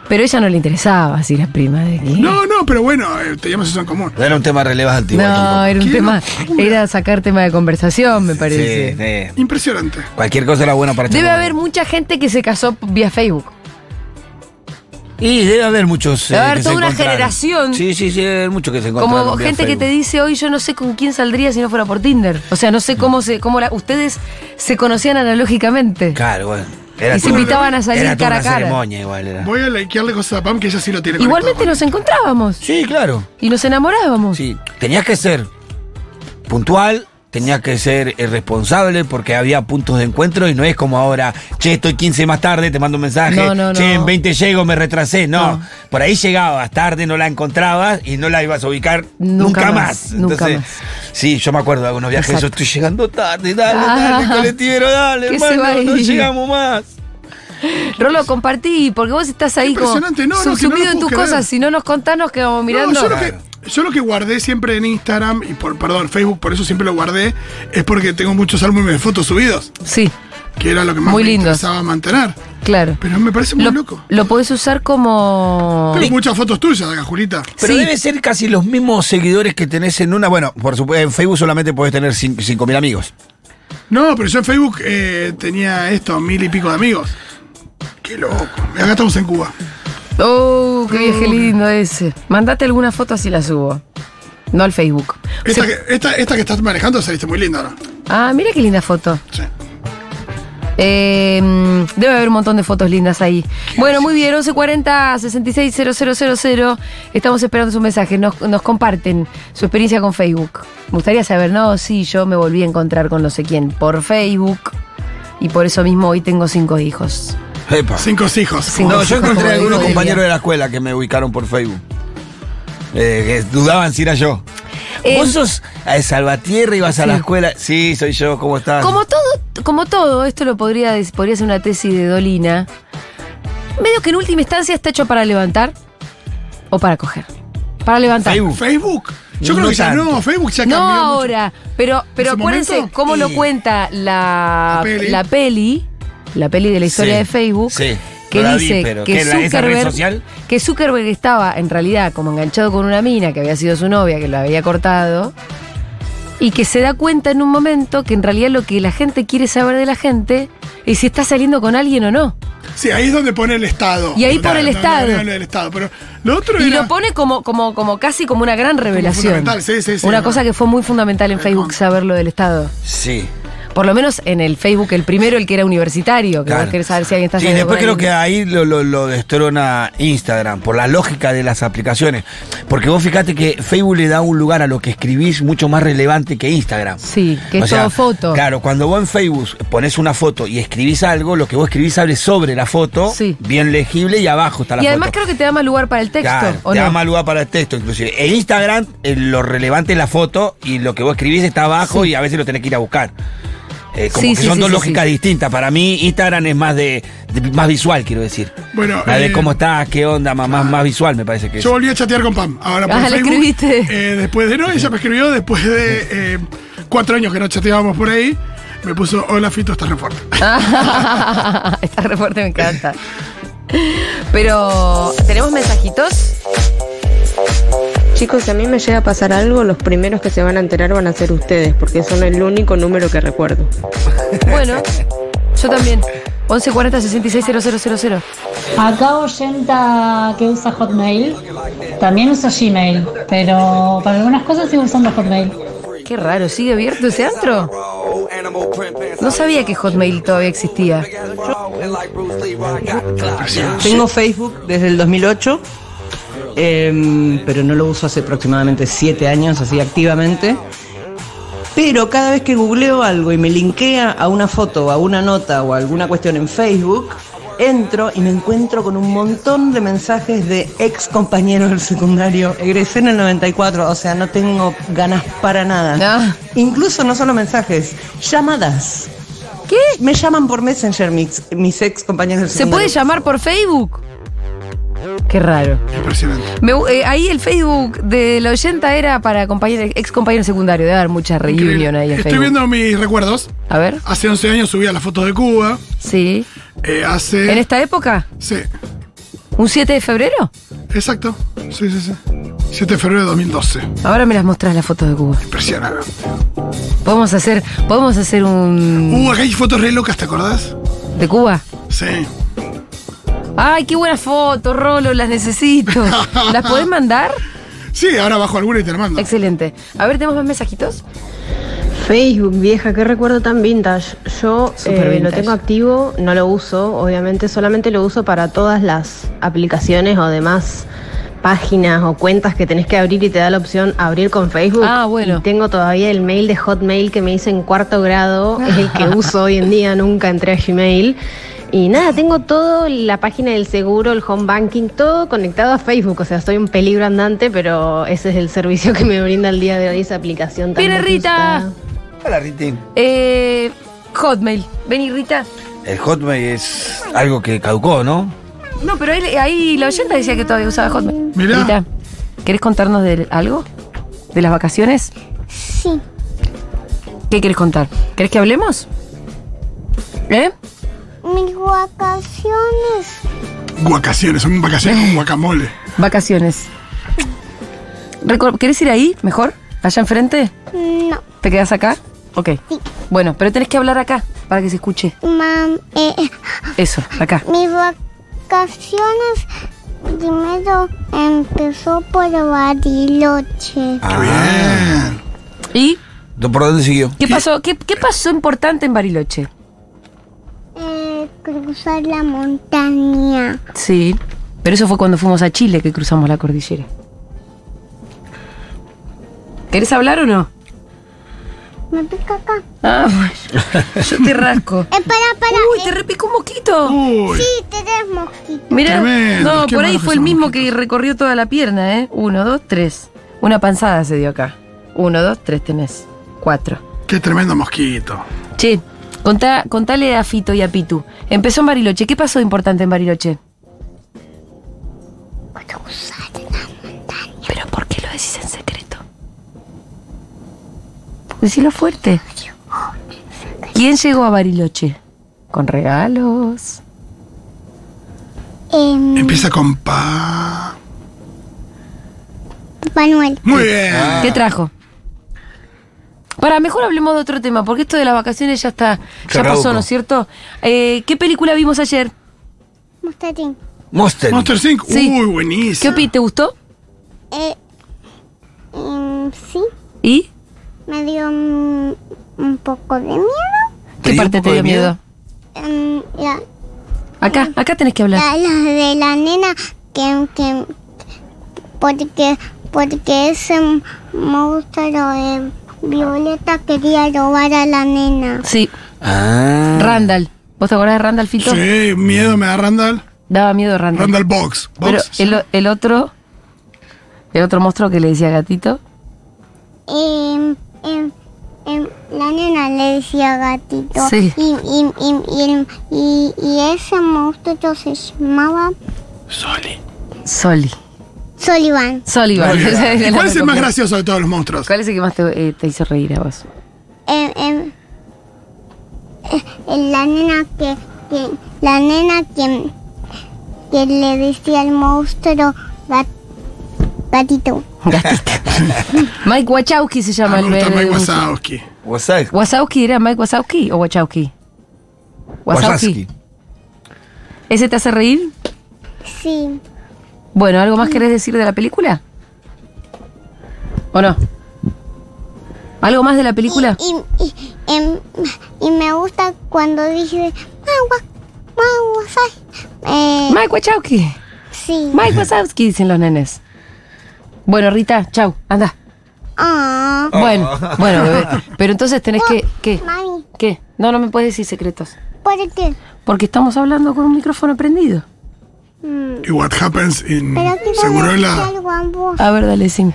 Speaker 1: Pero a ella no le interesaba si era prima de quién.
Speaker 2: No, no, pero bueno, eh, teníamos eso en común.
Speaker 3: Era un tema relevante. igual,
Speaker 1: No,
Speaker 3: tampoco.
Speaker 1: era un
Speaker 2: Qué
Speaker 1: tema,
Speaker 2: locura.
Speaker 1: era sacar tema de conversación, me parece.
Speaker 3: Sí, sí.
Speaker 2: Impresionante.
Speaker 3: Cualquier cosa era buena para
Speaker 1: Debe
Speaker 3: charlar.
Speaker 1: haber mucha gente que se casó vía Facebook.
Speaker 3: Y debe haber muchos. eh,
Speaker 1: Debe haber
Speaker 3: que
Speaker 1: toda
Speaker 3: se
Speaker 1: una
Speaker 3: encontraron.
Speaker 1: generación.
Speaker 3: Sí, sí, sí, debe haber muchos que se encontraron.
Speaker 1: Como
Speaker 3: vía
Speaker 1: gente que
Speaker 3: Facebook.
Speaker 1: te dice hoy yo no sé con quién saldría si no fuera por Tinder. O sea, no sé cómo se, cómo la- ustedes se conocían analógicamente.
Speaker 3: Claro, bueno.
Speaker 1: Y se
Speaker 3: toda-
Speaker 1: invitaban a salir
Speaker 3: era toda
Speaker 1: cara a
Speaker 3: una
Speaker 1: cara.
Speaker 3: ceremonia igual era.
Speaker 2: Voy a likearle cosas a Pam que ella sí lo tiene
Speaker 1: Igualmente nos encontrábamos
Speaker 3: Sí, claro.
Speaker 1: y nos enamorábamos.
Speaker 3: Sí, tenías que ser puntual, tenías que ser eh, responsable porque había puntos de encuentro y no es como ahora, che, estoy 15 más tarde, te mando un mensaje,
Speaker 1: No, no,
Speaker 3: che,
Speaker 1: no.
Speaker 3: en 20 llego, me retrasé. No,
Speaker 1: No.
Speaker 3: por ahí llegabas tarde, no la encontrabas y no la ibas a ubicar
Speaker 1: Nunca
Speaker 3: nunca,
Speaker 1: más,
Speaker 3: más.
Speaker 1: nunca
Speaker 3: Entonces,
Speaker 1: más.
Speaker 3: Sí, yo me acuerdo de algunos viajes,
Speaker 1: Exacto.
Speaker 3: yo estoy llegando tarde, dale, dale,
Speaker 1: Ah,
Speaker 3: colectivero, dale,
Speaker 1: que se
Speaker 3: hermano,
Speaker 1: va a
Speaker 3: no
Speaker 1: ir.
Speaker 3: llegamos más.
Speaker 1: Rolo, compartí, porque vos estás ahí como
Speaker 2: Impresionante, no, no, que no lo
Speaker 1: subsumido en
Speaker 2: puedo
Speaker 1: tus
Speaker 2: creer.
Speaker 1: cosas. Si no nos contás, nos quedamos
Speaker 2: No,
Speaker 1: mirando.
Speaker 2: yo, lo que, yo lo que guardé siempre en Instagram, y por, perdón, Facebook, por eso siempre lo guardé, es porque tengo muchos álbumes de fotos subidos,
Speaker 1: Sí,
Speaker 2: que era lo que más
Speaker 1: Muy
Speaker 2: me
Speaker 1: lindos.
Speaker 2: interesaba mantener.
Speaker 1: claro.
Speaker 2: Pero me parece muy
Speaker 1: Lo,
Speaker 2: loco.
Speaker 1: lo podés usar como.
Speaker 2: Tengo muchas fotos tuyas acá, Julita.
Speaker 3: Pero
Speaker 1: Sí.
Speaker 3: debe ser casi los mismos seguidores que tenés en una. Bueno, por supuesto, en Facebook solamente podés tener cin- 5.000 amigos.
Speaker 2: No, pero yo en Facebook eh, tenía esto, mil y pico de amigos. Qué loco. Acá estamos en Cuba.
Speaker 1: Oh, qué viaje lindo ese. Mandate alguna foto así la subo. No al Facebook.
Speaker 2: Esta,
Speaker 1: Se-
Speaker 2: que, esta, esta que estás manejando saliste muy linda, ¿no?
Speaker 1: Ah, mira qué linda foto.
Speaker 2: Sí.
Speaker 1: Eh, mm, debe haber un montón de fotos lindas ahí. Bueno, muy bien, 1140-660000. Estamos esperando su mensaje. Nos, nos comparten su experiencia con Facebook. Me gustaría saber, no, sí, yo me volví a encontrar con no sé quién por Facebook. Y por eso mismo hoy tengo cinco hijos.
Speaker 3: Epa.
Speaker 2: Cinco hijos.
Speaker 1: Cinco.
Speaker 3: No, yo encontré
Speaker 1: Como
Speaker 3: a algunos
Speaker 1: dijo
Speaker 3: compañeros
Speaker 1: Delia.
Speaker 3: de la escuela que me ubicaron por Facebook. Eh, que dudaban si era yo.
Speaker 1: Eh,
Speaker 3: Vos sos eh, de Salvatierra, ibas a la
Speaker 1: Sí.
Speaker 3: escuela. Sí, soy yo, ¿cómo estás?
Speaker 1: Como todo, como todo, esto lo podría, des- podría ser una tesis de Dolina. Medio que en última instancia está hecho para levantar o para coger. Para levantar.
Speaker 3: Facebook.
Speaker 2: Facebook. Yo creo
Speaker 3: No
Speaker 2: que ya
Speaker 3: tanto.
Speaker 2: no, Facebook ya
Speaker 1: no
Speaker 2: cambió. mucho.
Speaker 1: ahora, pero, pero
Speaker 2: ¿En su
Speaker 1: acuérdense
Speaker 2: momento?
Speaker 1: cómo lo
Speaker 3: Sí.
Speaker 1: cuenta la, la
Speaker 2: La
Speaker 1: peli.
Speaker 2: peli.
Speaker 1: la peli, de la historia
Speaker 3: Sí,
Speaker 1: de Facebook,
Speaker 3: sí.
Speaker 1: que
Speaker 3: No la vi,
Speaker 1: dice
Speaker 3: pero
Speaker 1: que,
Speaker 3: ¿qué, la- esa red
Speaker 1: Zuckerberg,
Speaker 3: social?
Speaker 1: que Zuckerberg estaba en realidad como enganchado con una mina que había sido su novia, que lo había cortado, y que se da cuenta en un momento que en realidad lo que la gente quiere saber de la gente es si está saliendo con alguien o no.
Speaker 2: Sí, ahí es donde pone el Estado.
Speaker 1: Y ahí por el
Speaker 2: donde
Speaker 1: Estado.
Speaker 2: agrega lo del Estado. Pero lo otro
Speaker 1: Y
Speaker 2: era-
Speaker 1: lo pone como, como, como casi como una gran revelación.
Speaker 2: fundamental, sí, sí, sí,
Speaker 1: una
Speaker 2: no.
Speaker 1: cosa que fue muy fundamental en Facebook,
Speaker 2: con-
Speaker 1: saber lo del Estado.
Speaker 3: Sí.
Speaker 1: Por lo menos en el Facebook, el primero, el que era universitario, que
Speaker 3: Claro.
Speaker 1: vos querés saber si alguien está
Speaker 3: Sí,
Speaker 1: saliendo
Speaker 3: después
Speaker 1: con
Speaker 3: creo que
Speaker 1: alguien.
Speaker 3: ahí lo, lo, lo destrona Instagram, por la lógica de las aplicaciones. Porque vos fijate que Facebook le da un lugar a lo que escribís mucho más relevante que Instagram.
Speaker 1: Sí, que es
Speaker 3: O sea,
Speaker 1: todo foto.
Speaker 3: Claro, cuando vos en Facebook pones una foto y escribís algo, lo que vos escribís abre sobre la foto,
Speaker 1: Sí.
Speaker 3: bien legible y abajo está la
Speaker 1: Y
Speaker 3: foto.
Speaker 1: además creo que te da más lugar para el texto,
Speaker 3: Claro,
Speaker 1: ¿o
Speaker 3: te
Speaker 1: no?
Speaker 3: da más lugar para el texto, inclusive. En Instagram, eh, lo relevante es la foto y lo que vos escribís está abajo
Speaker 1: Sí.
Speaker 3: y a veces lo tenés que ir a buscar. Eh, como
Speaker 1: Sí,
Speaker 3: que
Speaker 1: sí,
Speaker 3: son
Speaker 1: sí,
Speaker 3: dos
Speaker 1: sí,
Speaker 3: lógicas
Speaker 1: sí.
Speaker 3: distintas. Para mí, Instagram es más de, de- más visual, quiero decir.
Speaker 2: Bueno,
Speaker 3: Más
Speaker 2: eh,
Speaker 3: de cómo estás, qué onda, más, más, más visual, me parece que es.
Speaker 2: Yo volví a chatear con Pam. Ahora por
Speaker 1: Ah, le
Speaker 2: Facebook.
Speaker 1: escribiste.
Speaker 2: eh, después de no, ella me escribió después de eh, cuatro años que no chateábamos por ahí. Me puso, hola Fito, estás re fuerte.
Speaker 1: Está re fuerte, me encanta. Pero, ¿tenemos mensajitos?
Speaker 4: Chicos, si a mí me llega a pasar algo, los primeros que se van a enterar van a ser ustedes, porque son el único número que recuerdo.
Speaker 1: Bueno, yo también. 1140 660000.
Speaker 5: Acá oyenta que usa Hotmail, también uso Gmail, pero para algunas cosas sigo usando Hotmail.
Speaker 1: Qué raro, ¿sigue abierto ese antro? No sabía que Hotmail todavía existía.
Speaker 6: Tengo Facebook desde el 2008, em, pero no lo uso hace aproximadamente 7 años así activamente. Pero cada vez que googleo algo y me linkea a una foto, a una nota o a alguna cuestión en Facebook, entro y me encuentro con un montón de mensajes de ex compañeros del secundario. Egresé en el 94, o sea, no tengo ganas para nada.
Speaker 1: Ah.
Speaker 6: Incluso no solo mensajes, llamadas.
Speaker 1: ¿Qué?
Speaker 6: Me llaman por Messenger mis, mis ex compañeros del
Speaker 1: ¿Se puede
Speaker 6: secundario.
Speaker 1: llamar por Facebook? Qué raro.
Speaker 2: Impresionante.
Speaker 1: Me gu- eh, ahí el Facebook de la 80 era para compañero, ex compañero secundario. Debe haber mucha reunión ahí en
Speaker 2: Estoy
Speaker 1: Facebook.
Speaker 2: viendo mis recuerdos.
Speaker 1: A ver,
Speaker 2: Hace 11 años subía las fotos de Cuba.
Speaker 1: sí.
Speaker 2: Eh,
Speaker 1: ¿En
Speaker 2: hace.
Speaker 1: esta época?
Speaker 2: Sí,
Speaker 1: ¿Un 7 de febrero?
Speaker 2: exacto. Sí, sí, sí. 7 de febrero de 2012.
Speaker 1: Ahora me las mostrás las fotos de Cuba.
Speaker 2: Impresionante.
Speaker 1: Podemos hacer, podemos hacer un
Speaker 2: Uh, acá hay fotos re locas, ¿te acordás?
Speaker 1: de Cuba.
Speaker 2: Sí.
Speaker 1: Ay, qué buenas fotos, Rolo, las necesito. ¿Las podés mandar?
Speaker 2: Sí, ahora bajo alguna y te la mando.
Speaker 1: Excelente. A ver, ¿tenemos más mensajitos?
Speaker 4: Facebook, vieja, qué recuerdo tan vintage. Yo
Speaker 1: Súper
Speaker 4: eh, lo
Speaker 1: vintage.
Speaker 4: tengo activo, no lo uso, obviamente solamente lo uso para todas las aplicaciones o demás páginas o cuentas que tenés que abrir y te da la opción abrir con Facebook.
Speaker 1: Ah, bueno.
Speaker 4: Y tengo todavía el mail de Hotmail que me hice en cuarto grado, es el que uso hoy en día, nunca entré a Gmail. Y nada, tengo todo, la página del seguro, el home banking, todo conectado a Facebook. O sea, soy un peligro andante, pero ese es el servicio que me brinda el día de hoy esa aplicación tan
Speaker 1: Viene Rita.
Speaker 4: robusta.
Speaker 3: Hola, Ritín.
Speaker 1: Eh, Hotmail. Vení, Rita.
Speaker 3: El Hotmail es algo que caducó, ¿no?
Speaker 1: No, pero él- ahí la oyenta decía que todavía usaba Hotmail.
Speaker 2: Mirá.
Speaker 1: Rita, ¿querés contarnos de algo? ¿De las vacaciones?
Speaker 7: Sí.
Speaker 1: ¿Qué querés contar? ¿Querés que hablemos? ¿Eh?
Speaker 7: Mis vacaciones.
Speaker 2: Guacaciones, son vacaciones con guacamole.
Speaker 1: Vacaciones. Recor- ¿Querés ir ahí mejor? ¿Allá enfrente?
Speaker 7: No.
Speaker 1: ¿Te quedas acá? Ok.
Speaker 7: Sí.
Speaker 1: Bueno, pero tenés que hablar acá para que se escuche.
Speaker 7: Mam, eh,
Speaker 1: Eso, acá.
Speaker 7: mis vacaciones primero empezó por Bariloche.
Speaker 3: Ah,
Speaker 2: Bien.
Speaker 1: ¿Y
Speaker 3: ¿Por dónde siguió?
Speaker 1: qué pasó? ¿Qué, qué pasó importante en Bariloche?
Speaker 7: Eh, cruzar la montaña.
Speaker 1: Sí. Pero eso fue cuando fuimos a Chile que cruzamos la cordillera. ¿Querés hablar o no?
Speaker 7: Me pica acá.
Speaker 1: Ah, bueno. Yo te rasco.
Speaker 7: Eh, para, para.
Speaker 1: Uy,
Speaker 7: eh,
Speaker 1: te repicó un mosquito.
Speaker 2: Uy.
Speaker 7: sí, tres mosquitos.
Speaker 1: Mira,
Speaker 2: Tremendo,
Speaker 1: no,
Speaker 2: qué
Speaker 1: por ahí
Speaker 2: malos que
Speaker 1: fue el
Speaker 2: son los
Speaker 1: mismo que recorrió toda la pierna, ¿eh? Uno, dos, tres. Una panzada se dio acá. Uno, dos, tres tenés. Cuatro.
Speaker 2: Qué tremendo mosquito.
Speaker 1: Che, contá- contale a Fito y a Pitu. Empezó en Bariloche. ¿Qué pasó importante en Bariloche?
Speaker 7: Cruzar.
Speaker 1: ¿Pero por qué lo decís en secreto? Decilo fuerte. ¿Quién llegó a Bariloche? Con regalos.
Speaker 7: Eh,
Speaker 2: Empieza con pa.
Speaker 7: Manuel.
Speaker 2: Muy bien.
Speaker 1: ¿Qué trajo? Para, mejor hablemos de otro tema, porque esto de las vacaciones ya está, ya
Speaker 3: Caduco.
Speaker 1: pasó, ¿no es cierto? Eh, ¿Qué película vimos ayer?
Speaker 7: Mostarín.
Speaker 3: Monster.
Speaker 2: Monster Sync.
Speaker 1: Sí.
Speaker 2: Uy,
Speaker 1: ¿Qué
Speaker 2: buenísimo.
Speaker 1: opi? ¿Te gustó?
Speaker 7: Eh, em, sí,
Speaker 1: ¿Y?
Speaker 7: me dio mm, un poco de miedo.
Speaker 1: ¿Qué
Speaker 3: dio un
Speaker 1: parte te
Speaker 3: poco
Speaker 1: dio
Speaker 3: de miedo?
Speaker 1: miedo?
Speaker 7: Em, la,
Speaker 1: Acá, acá tenés que hablar.
Speaker 7: la- la de la nena que, que porque porque ese monstruo de Violeta quería robar a la nena.
Speaker 1: Sí,
Speaker 3: Ah.
Speaker 1: Randall. ¿Vos te acordás de Randall Fito?
Speaker 2: Sí, miedo me da Randall.
Speaker 1: Daba miedo Randall.
Speaker 2: Randall Box. Box.
Speaker 1: Pero el, el otro, el otro monstruo que le decía gatito,
Speaker 7: Em, em, em, la nena le decía gatito.
Speaker 1: Sí.
Speaker 7: Y, y, y- y el- y- y ese monstruo se llamaba
Speaker 2: Soli.
Speaker 1: Soli.
Speaker 7: Sullivan.
Speaker 1: Sullivan. Esa es la
Speaker 2: ¿Y cuál es el más
Speaker 1: recomendación.
Speaker 2: gracioso de todos los monstruos?
Speaker 1: ¿Cuál es el que más te, eh, te hizo reír a vos?
Speaker 7: Em, em, eh, la nena que, que- la nena que, que le decía al monstruo gat- gatito.
Speaker 1: Gatito. Mike Wachowski se llama
Speaker 2: Ah,
Speaker 1: el
Speaker 2: me gusta
Speaker 1: bebé.
Speaker 2: Mike
Speaker 1: de-
Speaker 2: Wazowski.
Speaker 3: Wasag-
Speaker 1: Wazowski era Mike Wazowski o Wachowski?
Speaker 3: Wazowski.
Speaker 1: Wazowski. ¿Ese te hace reír?
Speaker 7: Sí.
Speaker 1: Bueno, ¿algo más querés decir de la película? ¿O no? ¿Algo más de la
Speaker 7: Y,
Speaker 1: película?
Speaker 7: y, y- em, y me gusta cuando dice, "Magua, magua, sai". Eh,
Speaker 1: Mike Wachowski.
Speaker 7: sí.
Speaker 1: Mike Wazowski, dicen los nenes. Bueno, Rita, chau, anda.
Speaker 7: Ah,
Speaker 1: Bueno, bueno, bebé. Pero entonces tenés que. ¿Qué?
Speaker 7: mami,
Speaker 1: ¿Qué? No, no me puedes decir secretos.
Speaker 7: ¿por qué?
Speaker 1: Porque estamos hablando con un micrófono prendido.
Speaker 7: Mm,
Speaker 2: Y What Happens in.
Speaker 7: Pero quiero
Speaker 2: Seguro en
Speaker 7: decirte
Speaker 2: la.
Speaker 7: algo a vos.
Speaker 1: A ver, dale, decime.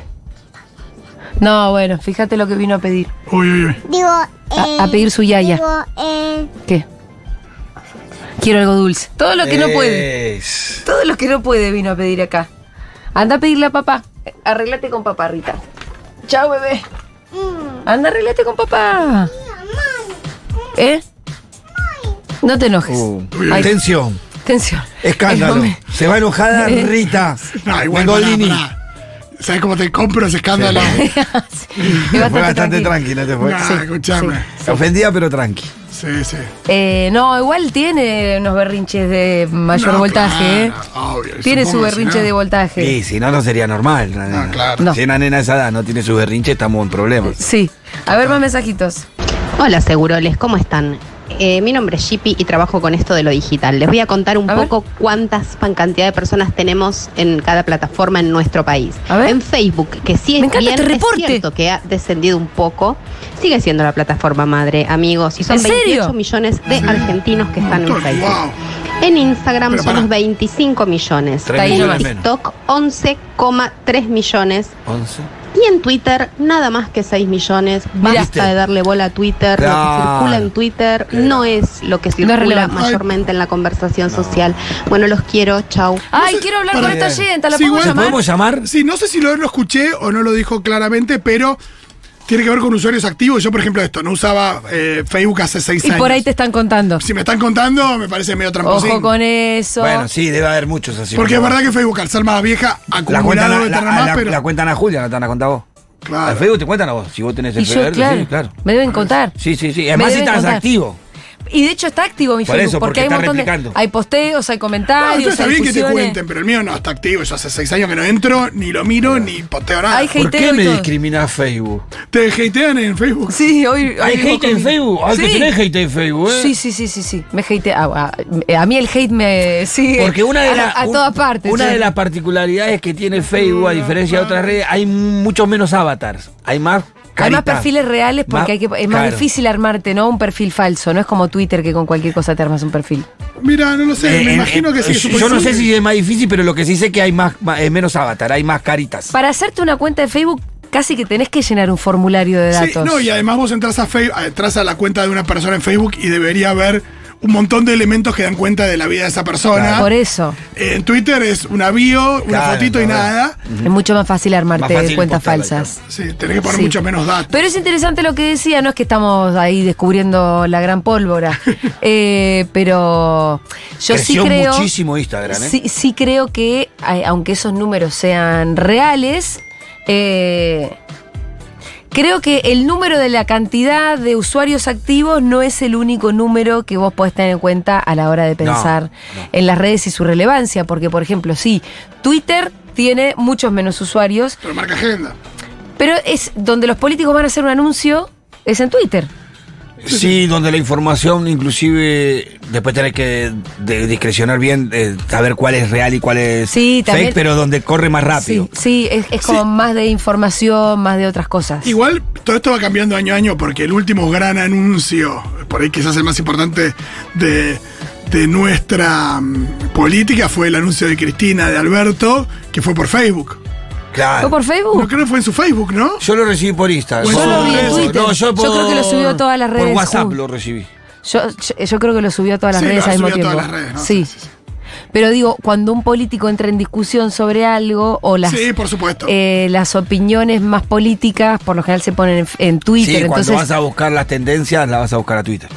Speaker 1: No, bueno, fíjate lo que vino a pedir.
Speaker 2: Uy, uy, uy.
Speaker 7: Digo, eh,
Speaker 1: a pedir su yaya.
Speaker 7: Digo, eh,
Speaker 1: ¿Qué? Quiero algo dulce. Todo lo que no
Speaker 3: Eh.
Speaker 1: puede.
Speaker 3: Es-
Speaker 1: Todo lo que no puede vino a pedir acá. Anda a pedirle a papá. Arréglate con papá, Rita. Chao, bebé.
Speaker 7: mm,
Speaker 1: Anda, arréglate con papá. ¿Eh? No te enojes.
Speaker 3: Uh,
Speaker 1: Ay,
Speaker 3: Tensión.
Speaker 1: Tensión.
Speaker 3: Escándalo.
Speaker 1: El momen-
Speaker 3: Se va enojada Rita.
Speaker 2: No, Ah, igual.
Speaker 3: Mengolini.
Speaker 2: pará, pará. ¿Sabes cómo te compro ese escándalo?
Speaker 3: Sí.
Speaker 1: Es
Speaker 3: Fue bastante tranqui, no te fue.
Speaker 2: Nah,
Speaker 1: Sí,
Speaker 2: escuchame.
Speaker 3: Ofendida, pero tranqui.
Speaker 2: Sí, sí.
Speaker 1: Eh, no, igual tiene unos berrinches de mayor
Speaker 2: No,
Speaker 1: voltaje.
Speaker 2: claro,
Speaker 1: ¿eh?
Speaker 2: obvio,
Speaker 1: tiene su
Speaker 2: supongo, si
Speaker 1: berrinche
Speaker 2: no.
Speaker 1: de voltaje.
Speaker 3: Sí, si no, no sería normal. una nena.
Speaker 2: claro.
Speaker 1: No.
Speaker 3: Si una nena de esa edad no tiene su berrinche, estamos en problemas.
Speaker 1: Sí. A ver, más mensajitos.
Speaker 4: Hola Seguroles, ¿cómo están? Eh, mi nombre es Shippy y trabajo con esto de lo digital. Les voy a contar un
Speaker 1: A ver.
Speaker 4: poco cuántas pan- cantidad de personas tenemos en cada plataforma en nuestro país.
Speaker 1: A ver.
Speaker 4: En Facebook, que sí es
Speaker 1: Me encanta
Speaker 4: bien,
Speaker 1: este reporte.
Speaker 4: es cierto que ha descendido un poco, sigue siendo la plataforma madre, amigos, y son
Speaker 1: ¿En serio?
Speaker 4: 28 millones de argentinos que están en
Speaker 2: Montón,
Speaker 4: Facebook.
Speaker 2: wow.
Speaker 4: En Instagram
Speaker 2: Pero
Speaker 4: somos
Speaker 2: pará.
Speaker 4: 25 millones.
Speaker 3: Tres
Speaker 1: ahí
Speaker 3: millones
Speaker 1: nomás.
Speaker 3: menos.
Speaker 4: TikTok 11,3 millones.
Speaker 3: Once.
Speaker 4: Y en Twitter, nada más que 6 millones. Basta
Speaker 3: ¿Viste?
Speaker 4: de darle bola a Twitter. Lo
Speaker 3: Claro.
Speaker 4: que circula en Twitter
Speaker 3: Claro.
Speaker 4: no es lo que circula
Speaker 1: relevante.
Speaker 4: mayormente en la conversación social. Bueno, los quiero. Chau.
Speaker 1: Ay,
Speaker 2: sé,
Speaker 1: quiero hablar
Speaker 2: para-
Speaker 1: con esta oyenta, ¿la
Speaker 2: Sí,
Speaker 1: podemos
Speaker 2: igual-
Speaker 1: llamar?
Speaker 3: ¿Podemos llamar?
Speaker 2: Sí, no sé si lo, lo escuché o no lo dijo claramente, pero tiene que ver con usuarios activos. Yo, por ejemplo, esto, no usaba eh, Facebook hace seis
Speaker 1: Y
Speaker 2: años.
Speaker 1: por ahí te están contando.
Speaker 2: Si me están contando, me parece medio tramposín.
Speaker 1: Ojo con eso.
Speaker 3: Bueno, sí, debe haber muchos así.
Speaker 2: Porque es verdad que Facebook, al ser más vieja,
Speaker 3: La cuentan,
Speaker 2: acumulado
Speaker 3: a,
Speaker 2: de
Speaker 3: la,
Speaker 2: tener más,
Speaker 3: la-
Speaker 2: pero...
Speaker 3: la cuentan a Julia, no te van a contar vos.
Speaker 2: Claro.
Speaker 3: Al Facebook te cuentan a vos, si vos tenés el
Speaker 1: y yo,
Speaker 3: Facebook,
Speaker 1: claro,
Speaker 3: sí, claro.
Speaker 1: Me deben contar.
Speaker 3: Sí, sí, sí.
Speaker 1: Me
Speaker 3: Además, si
Speaker 1: deben
Speaker 3: estás
Speaker 1: contar.
Speaker 3: activo.
Speaker 1: Y de hecho está activo mi
Speaker 3: Por
Speaker 1: Facebook
Speaker 3: eso, porque
Speaker 1: hay un
Speaker 3: está
Speaker 1: montón de.
Speaker 3: replicando.
Speaker 1: Hay posteos, hay
Speaker 2: No,
Speaker 1: comentarios.
Speaker 2: entonces está
Speaker 1: hay
Speaker 2: bien que te
Speaker 1: discusiones.
Speaker 2: cuenten, pero el mío no está activo. Yo hace seis años que no entro, ni lo miro, ni posteo nada.
Speaker 1: Hay
Speaker 3: ¿Por
Speaker 1: hateo
Speaker 3: qué
Speaker 1: y
Speaker 3: me
Speaker 1: todo.
Speaker 3: discriminás Facebook?
Speaker 2: ¿Te hatean en Facebook?
Speaker 1: Sí, hoy.
Speaker 3: ¿Hay
Speaker 1: hoy mismo
Speaker 3: hate en
Speaker 1: comí.
Speaker 3: Facebook? Hay que
Speaker 1: Sí.
Speaker 3: tener hate en Facebook, ¿eh?
Speaker 1: Sí, sí, sí, sí, sí. Me hate. A, a- a mí el hate me sigue.
Speaker 3: Porque una de,
Speaker 1: a,
Speaker 3: las-
Speaker 1: a
Speaker 3: un-
Speaker 1: todas partes.
Speaker 3: una
Speaker 1: sí. Mm.
Speaker 3: de las particularidades que tiene Facebook, a diferencia de otras redes, hay muchos menos avatars. Hay
Speaker 1: Hay
Speaker 3: más
Speaker 1: más
Speaker 3: caritas.
Speaker 1: perfiles reales porque
Speaker 3: Más-
Speaker 1: hay que, es más
Speaker 3: claro.
Speaker 1: difícil armarte, ¿no? Un perfil falso. No es como Twitter que con cualquier cosa te armas un perfil.
Speaker 2: Mira, no lo sé,
Speaker 3: Eh,
Speaker 2: me
Speaker 3: eh,
Speaker 2: imagino que
Speaker 3: eh,
Speaker 2: sí. es
Speaker 3: Yo no
Speaker 2: superposible.
Speaker 3: sé si es más difícil, pero lo que sí sé es que hay más, más- eh, menos avatar, hay más caritas.
Speaker 1: Para hacerte una cuenta de Facebook, casi que tenés que llenar un formulario de
Speaker 2: Sí,
Speaker 1: datos.
Speaker 2: no, y además vos entras a, Fe- a- entras a la cuenta de una persona en Facebook y debería haber un montón de elementos que dan cuenta de la vida de esa persona.
Speaker 1: Por e- eso.
Speaker 2: Eh, en Twitter es una bio, una
Speaker 3: Claro,
Speaker 2: fotito y
Speaker 3: claro.
Speaker 2: nada.
Speaker 1: Es mucho más fácil armarte
Speaker 3: Más fácil
Speaker 1: cuentas
Speaker 3: impostarla,
Speaker 1: falsas.
Speaker 2: Sí, tenés que poner
Speaker 1: Sí.
Speaker 2: mucho menos datos.
Speaker 1: Pero es interesante lo que decía, no es que estamos ahí descubriendo la gran pólvora, Eh, pero yo
Speaker 3: Creció
Speaker 1: sí creo...
Speaker 3: muchísimo Instagram, ¿eh?
Speaker 1: Sí, sí creo que, ay, aunque esos números sean reales, eh, creo que el número de la cantidad de usuarios activos no es el único número que vos podés tener en cuenta a la hora de pensar en las redes y su relevancia, porque por ejemplo, sí, Twitter tiene muchos menos usuarios,
Speaker 2: Pero marca agenda.
Speaker 1: pero es donde los políticos van a hacer un anuncio, es en Twitter.
Speaker 3: Sí, donde la información inclusive después tenés que de- discrecionar bien, eh, saber cuál es real y cuál es
Speaker 1: Sí, también-
Speaker 3: fake, pero donde corre más rápido.
Speaker 1: Sí, sí, es, es como más de información, más de otras cosas.
Speaker 2: Igual todo esto va cambiando año a año porque el último gran anuncio, por ahí quizás el más importante de, de nuestra mm, política, fue el anuncio de Cristina, de Alberto, que fue por Facebook.
Speaker 1: ¿Fue
Speaker 3: Claro.
Speaker 1: por
Speaker 2: No
Speaker 1: Facebook?
Speaker 2: creo que fue en su Facebook, ¿no?
Speaker 3: Yo lo recibí por Instagram.
Speaker 2: Yo
Speaker 3: Por-
Speaker 2: lo vi en Twitter.
Speaker 3: No, yo,
Speaker 1: Yo
Speaker 3: por-
Speaker 1: creo que lo subió a todas las
Speaker 3: Por
Speaker 1: redes
Speaker 3: WhatsApp
Speaker 1: juntas.
Speaker 3: lo recibí.
Speaker 1: Yo, yo, yo creo que lo subió a todas las
Speaker 2: Sí,
Speaker 1: redes
Speaker 2: lo
Speaker 1: al mismo
Speaker 2: subió a
Speaker 1: tiempo.
Speaker 2: todas las redes, ¿no?
Speaker 1: Sí. Pero digo, cuando un político entra en discusión sobre algo o las,
Speaker 2: Sí, por supuesto.
Speaker 1: eh, las opiniones más políticas, por lo general se ponen en, en
Speaker 3: Sí,
Speaker 1: Twitter.
Speaker 3: cuando
Speaker 1: entonces,
Speaker 3: vas a buscar las tendencias, las vas a buscar a Twitter.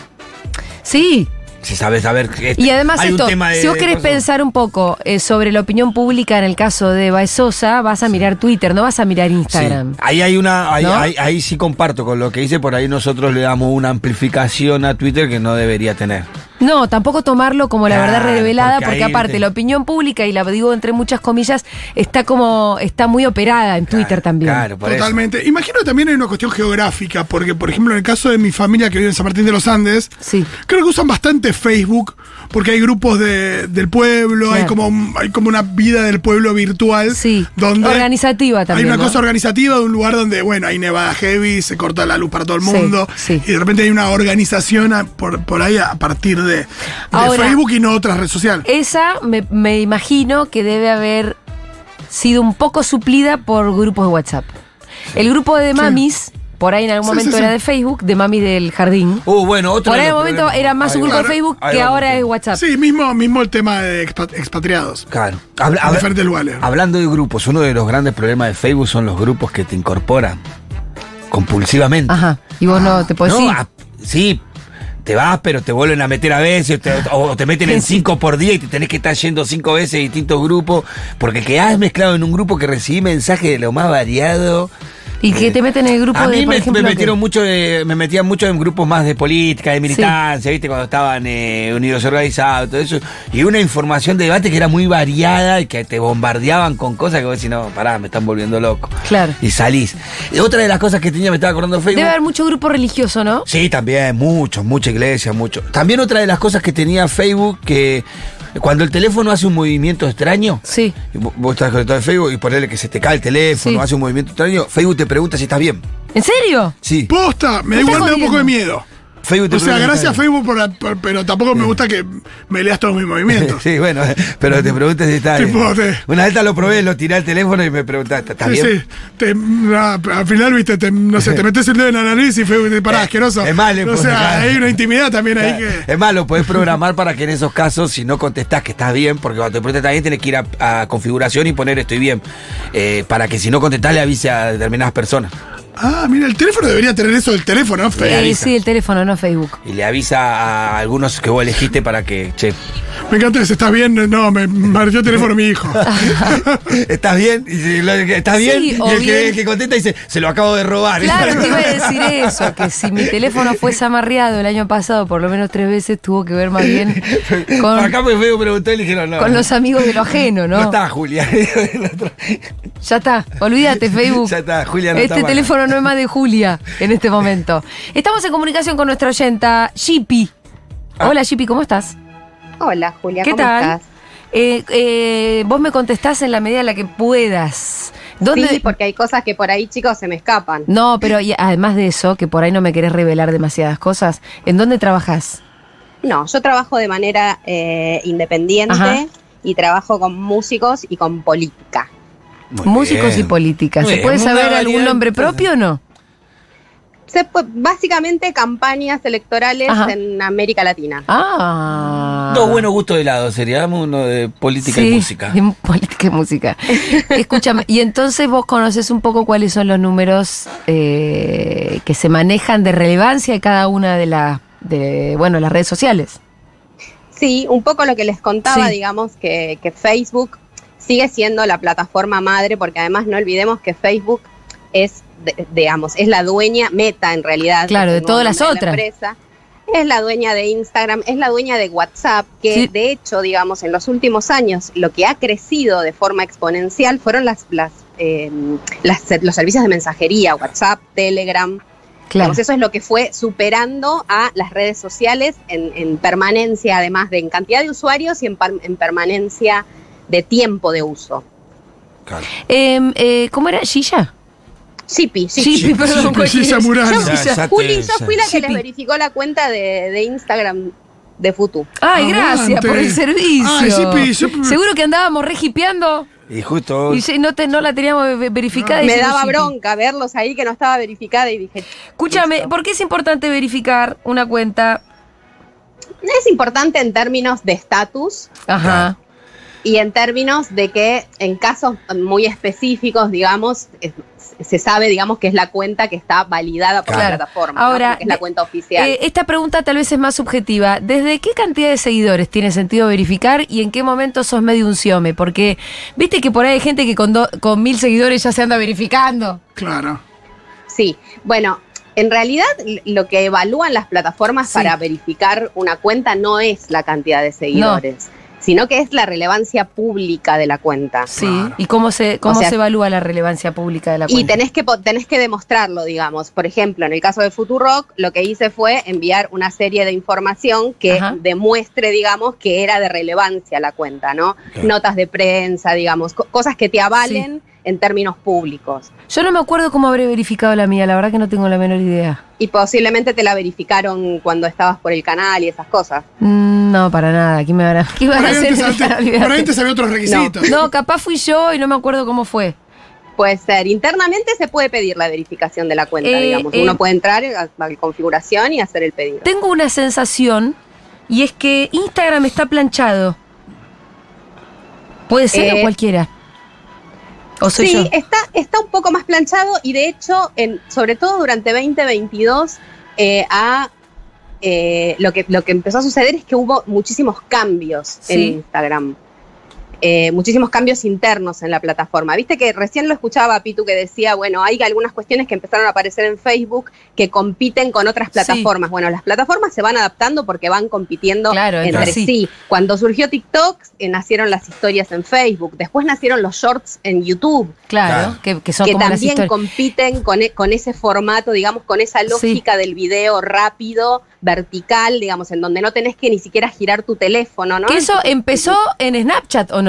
Speaker 1: sí.
Speaker 3: Si sabes saber que este-
Speaker 1: Y además
Speaker 3: hay un
Speaker 1: esto,
Speaker 3: tema de-
Speaker 1: si vos querés
Speaker 3: de cosas.
Speaker 1: pensar un poco eh, sobre la opinión pública en el caso de Baezosa, vas a mirar Twitter, no vas a mirar
Speaker 3: Sí,
Speaker 1: Instagram.
Speaker 3: Ahí hay una, ahí,
Speaker 1: ¿No?
Speaker 3: ahí- ahí sí comparto con lo que dice, por ahí nosotros le damos una amplificación a Twitter que no debería tener.
Speaker 1: No, tampoco tomarlo como la
Speaker 3: Claro,
Speaker 1: verdad revelada,
Speaker 3: porque
Speaker 1: porque,
Speaker 3: ahí
Speaker 1: aparte
Speaker 3: te-
Speaker 1: la opinión pública, y la digo entre muchas comillas, está como, está muy operada en Twitter
Speaker 3: Claro,
Speaker 1: también.
Speaker 3: Claro, por eso.
Speaker 2: Totalmente. Imagino que también hay una cuestión geográfica, porque por ejemplo en el caso de mi familia que vive en San Martín de los Andes,
Speaker 1: Sí.
Speaker 2: creo que usan bastante Facebook, porque hay grupos de- del pueblo, hay,
Speaker 1: Claro.
Speaker 2: como, hay como una vida del pueblo virtual.
Speaker 1: Sí.
Speaker 2: Donde
Speaker 1: Organizativa también,
Speaker 2: Hay una
Speaker 1: ¿no?
Speaker 2: cosa organizativa de un lugar donde, bueno, hay nevada heavy, se corta la luz para todo el
Speaker 1: Sí,
Speaker 2: mundo,
Speaker 1: sí.
Speaker 2: y de repente hay una organización a- por, por ahí a partir de, de
Speaker 1: Ahora-
Speaker 2: Facebook y no otra red social.
Speaker 1: Esa me, me imagino que debe haber sido un poco suplida por grupos de WhatsApp. El grupo de mamis, por ahí en algún
Speaker 2: Sí,
Speaker 1: momento
Speaker 2: sí, sí.
Speaker 1: era de Facebook, de mamis del jardín.
Speaker 3: Uh, bueno, otro.
Speaker 1: por
Speaker 3: de
Speaker 1: ahí en
Speaker 3: los
Speaker 1: algún momento
Speaker 3: problemas.
Speaker 1: era más
Speaker 3: Ahí
Speaker 1: un grupo
Speaker 3: va.
Speaker 1: de Facebook
Speaker 3: Ahí
Speaker 1: que
Speaker 3: va,
Speaker 1: ahora
Speaker 3: otro.
Speaker 1: es WhatsApp.
Speaker 2: Sí, mismo, mismo el tema de expa- expatriados.
Speaker 3: Claro. Habla-
Speaker 2: En
Speaker 3: habla-
Speaker 2: diferentes lugares.
Speaker 3: hablando de grupos, uno de los grandes problemas de Facebook son los grupos que te incorporan compulsivamente.
Speaker 1: Ajá. Y vos no te pues podés
Speaker 3: Ah, No,
Speaker 1: ir.
Speaker 3: a- sí, te vas, pero te vuelven a meter a veces, te- o te meten en cinco por día y te tenés que estar yendo cinco veces a distintos grupos, porque quedás mezclado en un grupo que recibí mensajes de lo más variado.
Speaker 1: Y que te meten en el grupo
Speaker 3: eh, A mí
Speaker 1: de por
Speaker 3: me,
Speaker 1: ejemplo,
Speaker 3: me
Speaker 1: que-
Speaker 3: metieron mucho de- me metían mucho en grupos más de política, de militancia, viste, cuando estaban eh, unidos organizados, todo eso, y una información de debate que era muy variada y que te bombardeaban con cosas que vos decís, no, pará, me están volviendo loco.
Speaker 1: Claro.
Speaker 3: Y salís. Y otra de las cosas que tenía, me estaba acordando de Facebook.
Speaker 1: Debe haber mucho grupo religioso, ¿no?
Speaker 3: Sí, también, muchos, mucha iglesia, mucho. También otra de las cosas que tenía Facebook, que cuando el teléfono hace un movimiento extraño,
Speaker 1: Sí.
Speaker 3: y vo- vos estás conectado a Facebook y ponerle que se te cae el teléfono,
Speaker 1: Sí.
Speaker 3: hace un movimiento extraño, Facebook te pregunta si estás bien.
Speaker 1: ¿En serio?
Speaker 3: Sí.
Speaker 2: Posta, me
Speaker 1: Me
Speaker 2: da igual, me da un
Speaker 1: jodiendo.
Speaker 2: poco de miedo.
Speaker 3: Facebook te
Speaker 2: O sea,
Speaker 3: pregunta si
Speaker 2: gracias
Speaker 3: estás bien.
Speaker 2: Facebook, por la- por- pero tampoco me gusta que me leas todos mis movimientos.
Speaker 3: Sí, bueno, pero te preguntas si estás bien.
Speaker 2: Tipo, te-
Speaker 3: Una vez lo probé, lo tiré al teléfono y me preguntaste, ¿estás
Speaker 2: Sí,
Speaker 3: bien?
Speaker 2: sí. Te- na, al final, viste, te- no sé, te metes el dedo en la nariz y Facebook te pará,
Speaker 3: Eh,
Speaker 2: asqueroso.
Speaker 3: es mal, le
Speaker 2: O
Speaker 3: pone,
Speaker 2: sea,
Speaker 3: claro.
Speaker 2: hay una intimidad también ahí
Speaker 3: Claro.
Speaker 2: que.
Speaker 3: Es más, lo podés programar para que en esos casos, si no contestás que estás bien, porque cuando te preguntas estás bien, tienes que ir a, a configuración y poner estoy bien. eh, para que si no contestás, le avise a determinadas personas.
Speaker 2: Ah, mira, el teléfono debería tener eso del teléfono, ¿no?
Speaker 1: Eh,
Speaker 3: avisa.
Speaker 1: sí, el teléfono, no Facebook.
Speaker 3: Y le avisa a algunos que vos elegiste para que, che,
Speaker 2: Me encanta si estás bien. No, me marchó el teléfono mi hijo.
Speaker 3: ¿estás bien? Y si lo- ¿Estás
Speaker 1: Sí,
Speaker 3: bien? y
Speaker 1: o
Speaker 3: el que,
Speaker 1: bien.
Speaker 3: el que contesta dice, se lo acabo de robar.
Speaker 1: Claro, te iba a decir eso, que si mi teléfono fue zamarreado el año pasado por lo menos tres veces, tuvo que ver más bien con,
Speaker 3: Acá me veo preguntó y le dijeron, no.
Speaker 1: con los amigos de lo ajeno,
Speaker 3: no
Speaker 1: ¿no?
Speaker 3: está Julia.
Speaker 1: Ya está, olvídate Facebook.
Speaker 3: Ya está, Julia no
Speaker 1: Este
Speaker 3: está para.
Speaker 1: teléfono no es más de Julia en este momento. Estamos en comunicación con nuestra oyenta, Shippy.
Speaker 3: Ah.
Speaker 1: Hola Shippy, ¿cómo estás?
Speaker 8: Hola Julia,
Speaker 1: ¿Qué
Speaker 8: ¿cómo
Speaker 1: tal?
Speaker 8: estás?
Speaker 1: Eh, eh, vos me contestás en la medida en la que puedas. ¿Dónde?
Speaker 8: Sí, porque hay cosas que por ahí, chicos, se me escapan.
Speaker 1: No, pero y además de eso, que por ahí no me querés revelar demasiadas cosas, ¿en dónde trabajás?
Speaker 8: No, yo trabajo de manera eh, independiente
Speaker 1: Ajá.
Speaker 8: y trabajo con músicos y con política.
Speaker 1: Músicos y política.
Speaker 3: Muy
Speaker 1: ¿Se
Speaker 3: bien,
Speaker 1: puede
Speaker 3: una
Speaker 1: saber algún
Speaker 3: variedad
Speaker 1: nombre
Speaker 3: entonces.
Speaker 1: propio o no?
Speaker 8: Se pu- básicamente campañas electorales
Speaker 1: Ajá.
Speaker 8: en América Latina.
Speaker 1: Ah.
Speaker 3: Dos buenos gustos de lado sería. Dame uno de política y
Speaker 1: Sí,
Speaker 3: música.
Speaker 1: en política y música. Escúchame, y entonces vos conoces un poco cuáles son los números eh, que se manejan de relevancia de cada una de las, de, bueno, las redes sociales.
Speaker 8: Sí, un poco lo que les contaba,
Speaker 1: Sí.
Speaker 8: digamos, que, que Facebook sigue siendo la plataforma madre, porque además no olvidemos que Facebook es, de- digamos, es la dueña meta en realidad.
Speaker 1: Claro,
Speaker 8: es
Speaker 1: de
Speaker 8: el nuevo
Speaker 1: todas las
Speaker 8: nombre de la
Speaker 1: otras.
Speaker 8: empresa. Es la dueña de Instagram, es la dueña de WhatsApp, que
Speaker 1: Sí.
Speaker 8: de hecho, digamos, en los últimos años lo que ha crecido de forma exponencial fueron las, las, eh, las- los servicios de mensajería, WhatsApp, Telegram.
Speaker 1: Claro.
Speaker 8: Digamos, eso es lo que fue superando a las redes sociales en, en permanencia, además de en cantidad de usuarios y en, par- en permanencia de tiempo de uso.
Speaker 3: Claro.
Speaker 1: Em, eh, ¿Cómo era? ¿Shisha?
Speaker 8: Shippy, Shippy.
Speaker 1: Shippy,
Speaker 2: Shippy,
Speaker 1: perdón. cualquiera.
Speaker 2: Shisha Murano.
Speaker 1: Yo-
Speaker 2: Ya,
Speaker 1: Shisha.
Speaker 3: ya.
Speaker 8: Juli, yo fui la que
Speaker 1: Shippy.
Speaker 8: les verificó la cuenta de, de Instagram de Futu.
Speaker 1: Ay, gracias
Speaker 2: Aguante.
Speaker 1: por el servicio.
Speaker 2: Ay, Shippy, Shippy.
Speaker 1: Seguro que andábamos rejipeando
Speaker 3: Y justo.
Speaker 1: y ya- no, te- no la teníamos ve- verificada.
Speaker 8: Me
Speaker 1: diciendo
Speaker 8: daba
Speaker 1: Shippy.
Speaker 8: bronca verlos ahí que no estaba verificada y dije,
Speaker 1: Escúchame,
Speaker 8: Listo.
Speaker 1: ¿por qué es importante verificar una cuenta?
Speaker 8: es importante en términos de estatus
Speaker 1: Ajá.
Speaker 8: y en términos de que en casos muy específicos, digamos, es- se sabe, digamos, que es la cuenta que está validada por
Speaker 1: Claro.
Speaker 8: la plataforma, ¿no?
Speaker 1: Ahora,
Speaker 8: Porque es la
Speaker 1: de-
Speaker 8: cuenta oficial.
Speaker 1: Eh, esta pregunta tal vez es más subjetiva. ¿Desde qué cantidad de seguidores tiene sentido verificar y en qué momento sos medio un siome? Porque viste que por ahí hay gente que con, do- con mil seguidores ya se anda verificando.
Speaker 2: Claro.
Speaker 8: Sí, bueno, en realidad l- lo que evalúan las plataformas
Speaker 1: Sí.
Speaker 8: para verificar una cuenta no es la cantidad de seguidores, sino que es la relevancia pública de la cuenta.
Speaker 1: Sí. ¿Y cómo se cómo
Speaker 8: O sea-
Speaker 1: se evalúa la relevancia pública de la
Speaker 8: Y
Speaker 1: cuenta?
Speaker 8: tenés que, po- tenés que demostrarlo, digamos. Por ejemplo, en el caso de Futurock, lo que hice fue enviar una serie de información que
Speaker 1: Ajá.
Speaker 8: demuestre, digamos, que era de relevancia la cuenta, ¿no?
Speaker 3: Claro.
Speaker 8: Notas de prensa, digamos, co- cosas que te avalen en términos públicos.
Speaker 1: Yo no me acuerdo cómo habré verificado la mía, la verdad que no tengo la menor idea.
Speaker 8: Y posiblemente te la verificaron cuando estabas por el canal y esas cosas.
Speaker 1: Mm, No, para nada. ¿Qué me van a, qué van
Speaker 2: Por
Speaker 1: a
Speaker 2: ahí,
Speaker 1: hacer?
Speaker 2: antes, antes- por ahí antes había otros requisitos.
Speaker 1: No, capaz fui yo y no me acuerdo cómo fue.
Speaker 8: Puede ser. Internamente se puede pedir la verificación de la cuenta,
Speaker 1: Eh,
Speaker 8: digamos.
Speaker 1: eh.
Speaker 8: Uno puede entrar a a la configuración y hacer el pedido.
Speaker 1: Tengo una sensación y es que Instagram está planchado. Puede ser o
Speaker 8: Eh,
Speaker 1: cualquiera. O soy
Speaker 8: sí, eh,
Speaker 1: yo.
Speaker 8: Está, está un poco más planchado y de hecho, en, sobre todo durante 2022, eh, a, eh, lo, que, lo que empezó a suceder es que hubo muchísimos cambios en
Speaker 1: Sí.
Speaker 8: Instagram. Eh, muchísimos cambios internos en la plataforma. Viste que recién lo escuchaba a Pitu que decía, bueno, hay algunas cuestiones que empezaron a aparecer en Facebook que compiten con otras plataformas. Bueno, las plataformas se van adaptando porque van compitiendo
Speaker 1: Claro, entre
Speaker 8: entre
Speaker 1: sí.
Speaker 8: sí. Cuando surgió TikTok, eh, nacieron las historias en Facebook, después nacieron los shorts en YouTube
Speaker 1: Claro, que, que son
Speaker 8: que
Speaker 1: como las
Speaker 8: también
Speaker 1: historias.
Speaker 8: compiten con, e- con ese formato, digamos, con esa lógica del video rápido, vertical, digamos, en donde no tenés que ni siquiera girar tu teléfono, ¿no?
Speaker 1: Que eso empezó en Snapchat o no.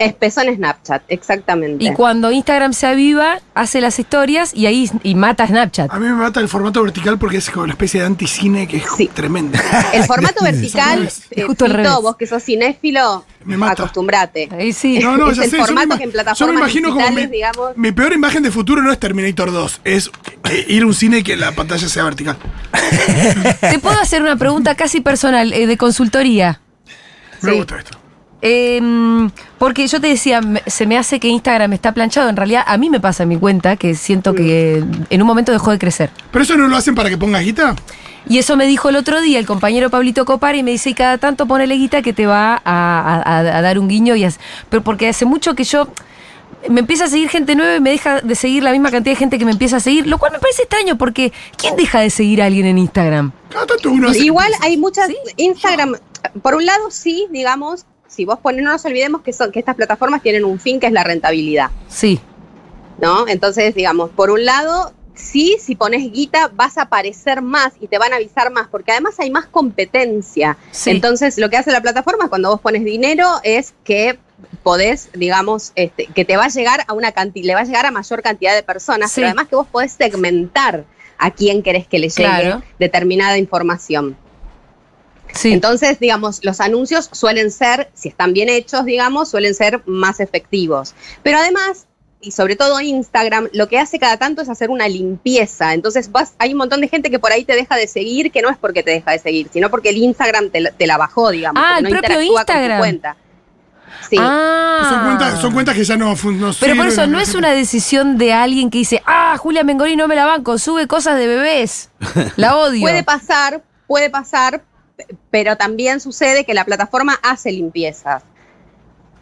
Speaker 8: Empezó en Snapchat, exactamente.
Speaker 1: Y cuando Instagram se aviva, hace las historias y ahí y mata a Snapchat.
Speaker 2: A mí me mata el formato vertical porque es como una especie de anticine que es
Speaker 8: Sí.
Speaker 2: tremendo.
Speaker 8: el formato vertical,
Speaker 2: Es
Speaker 8: eh,
Speaker 1: justo al
Speaker 8: Fito,
Speaker 1: revés.
Speaker 8: vos que sos cinéfilo,
Speaker 2: Me mata.
Speaker 8: acostumbrate.
Speaker 1: Ahí sí.
Speaker 2: No, no,
Speaker 8: Es
Speaker 2: ya
Speaker 8: el
Speaker 2: sé.
Speaker 8: formato
Speaker 2: yo me, ima-
Speaker 8: que en
Speaker 2: yo me
Speaker 8: plataformas
Speaker 2: imagino como mi,
Speaker 8: digitales, digamos-
Speaker 2: mi peor imagen de futuro no es Terminator 2, es eh, ir a un cine y que la pantalla sea vertical.
Speaker 1: Te puedo hacer una pregunta casi personal, eh, de consultoría.
Speaker 2: Me
Speaker 8: Sí.
Speaker 2: gusta esto.
Speaker 1: Em, porque yo te decía, me- se me hace que Instagram está planchado. En realidad, a mí me pasa en mi cuenta que siento que en un momento dejó de crecer.
Speaker 2: ¿Pero eso no lo hacen para que pongas guita?
Speaker 1: Y eso me dijo el otro día el compañero Pablito Copar y me dice, y cada tanto ponele guita que te va a, a- a- a dar un guiño. y as- Pero porque hace mucho que yo... Me empieza a seguir gente nueva y me deja de seguir la misma cantidad de gente que me empieza a seguir, lo cual me parece extraño porque ¿quién deja de seguir a alguien en Instagram?
Speaker 2: Cada tanto uno hace.
Speaker 8: Igual hay muchas
Speaker 1: Sí,
Speaker 8: Instagram, por un lado sí, digamos, si vos pones, no nos olvidemos que son que estas plataformas tienen un fin que es la rentabilidad.
Speaker 1: Sí,
Speaker 8: ¿no? Entonces, digamos, por un lado, sí, si pones guita vas a aparecer más y te van a avisar más, porque además hay más competencia.
Speaker 1: Sí.
Speaker 8: Entonces, lo que hace la plataforma cuando vos pones dinero es que podés, digamos, este, que te va a llegar a una cantidad, le va a llegar a mayor cantidad de personas,
Speaker 1: Sí.
Speaker 8: pero además que vos podés segmentar a quién querés que le llegue
Speaker 1: Claro.
Speaker 8: determinada información.
Speaker 1: sí.
Speaker 8: Entonces, digamos, los anuncios suelen ser, si están bien hechos, digamos, suelen ser más efectivos. Pero además, y sobre todo Instagram, lo que hace cada tanto es hacer una limpieza. Entonces, vas, hay un montón de gente que por ahí te deja de seguir, que no es porque te deja de seguir, sino porque el Instagram te, la- te la bajó, digamos.
Speaker 1: Ah,
Speaker 8: porque
Speaker 1: el
Speaker 8: no
Speaker 1: propio
Speaker 8: interactúa Con
Speaker 1: Instagram.
Speaker 8: tu cuenta. Sí.
Speaker 1: Ah.
Speaker 2: Son cuentas, son cuentas que ya no, fun- no
Speaker 1: Pero por
Speaker 2: sirven,
Speaker 1: eso no es una decisión de alguien que dice, ah, Julia Mengoni no me la banco, sube cosas de bebés. La odio.
Speaker 8: Puede pasar, puede pasar, p- pero también sucede que la plataforma hace limpiezas.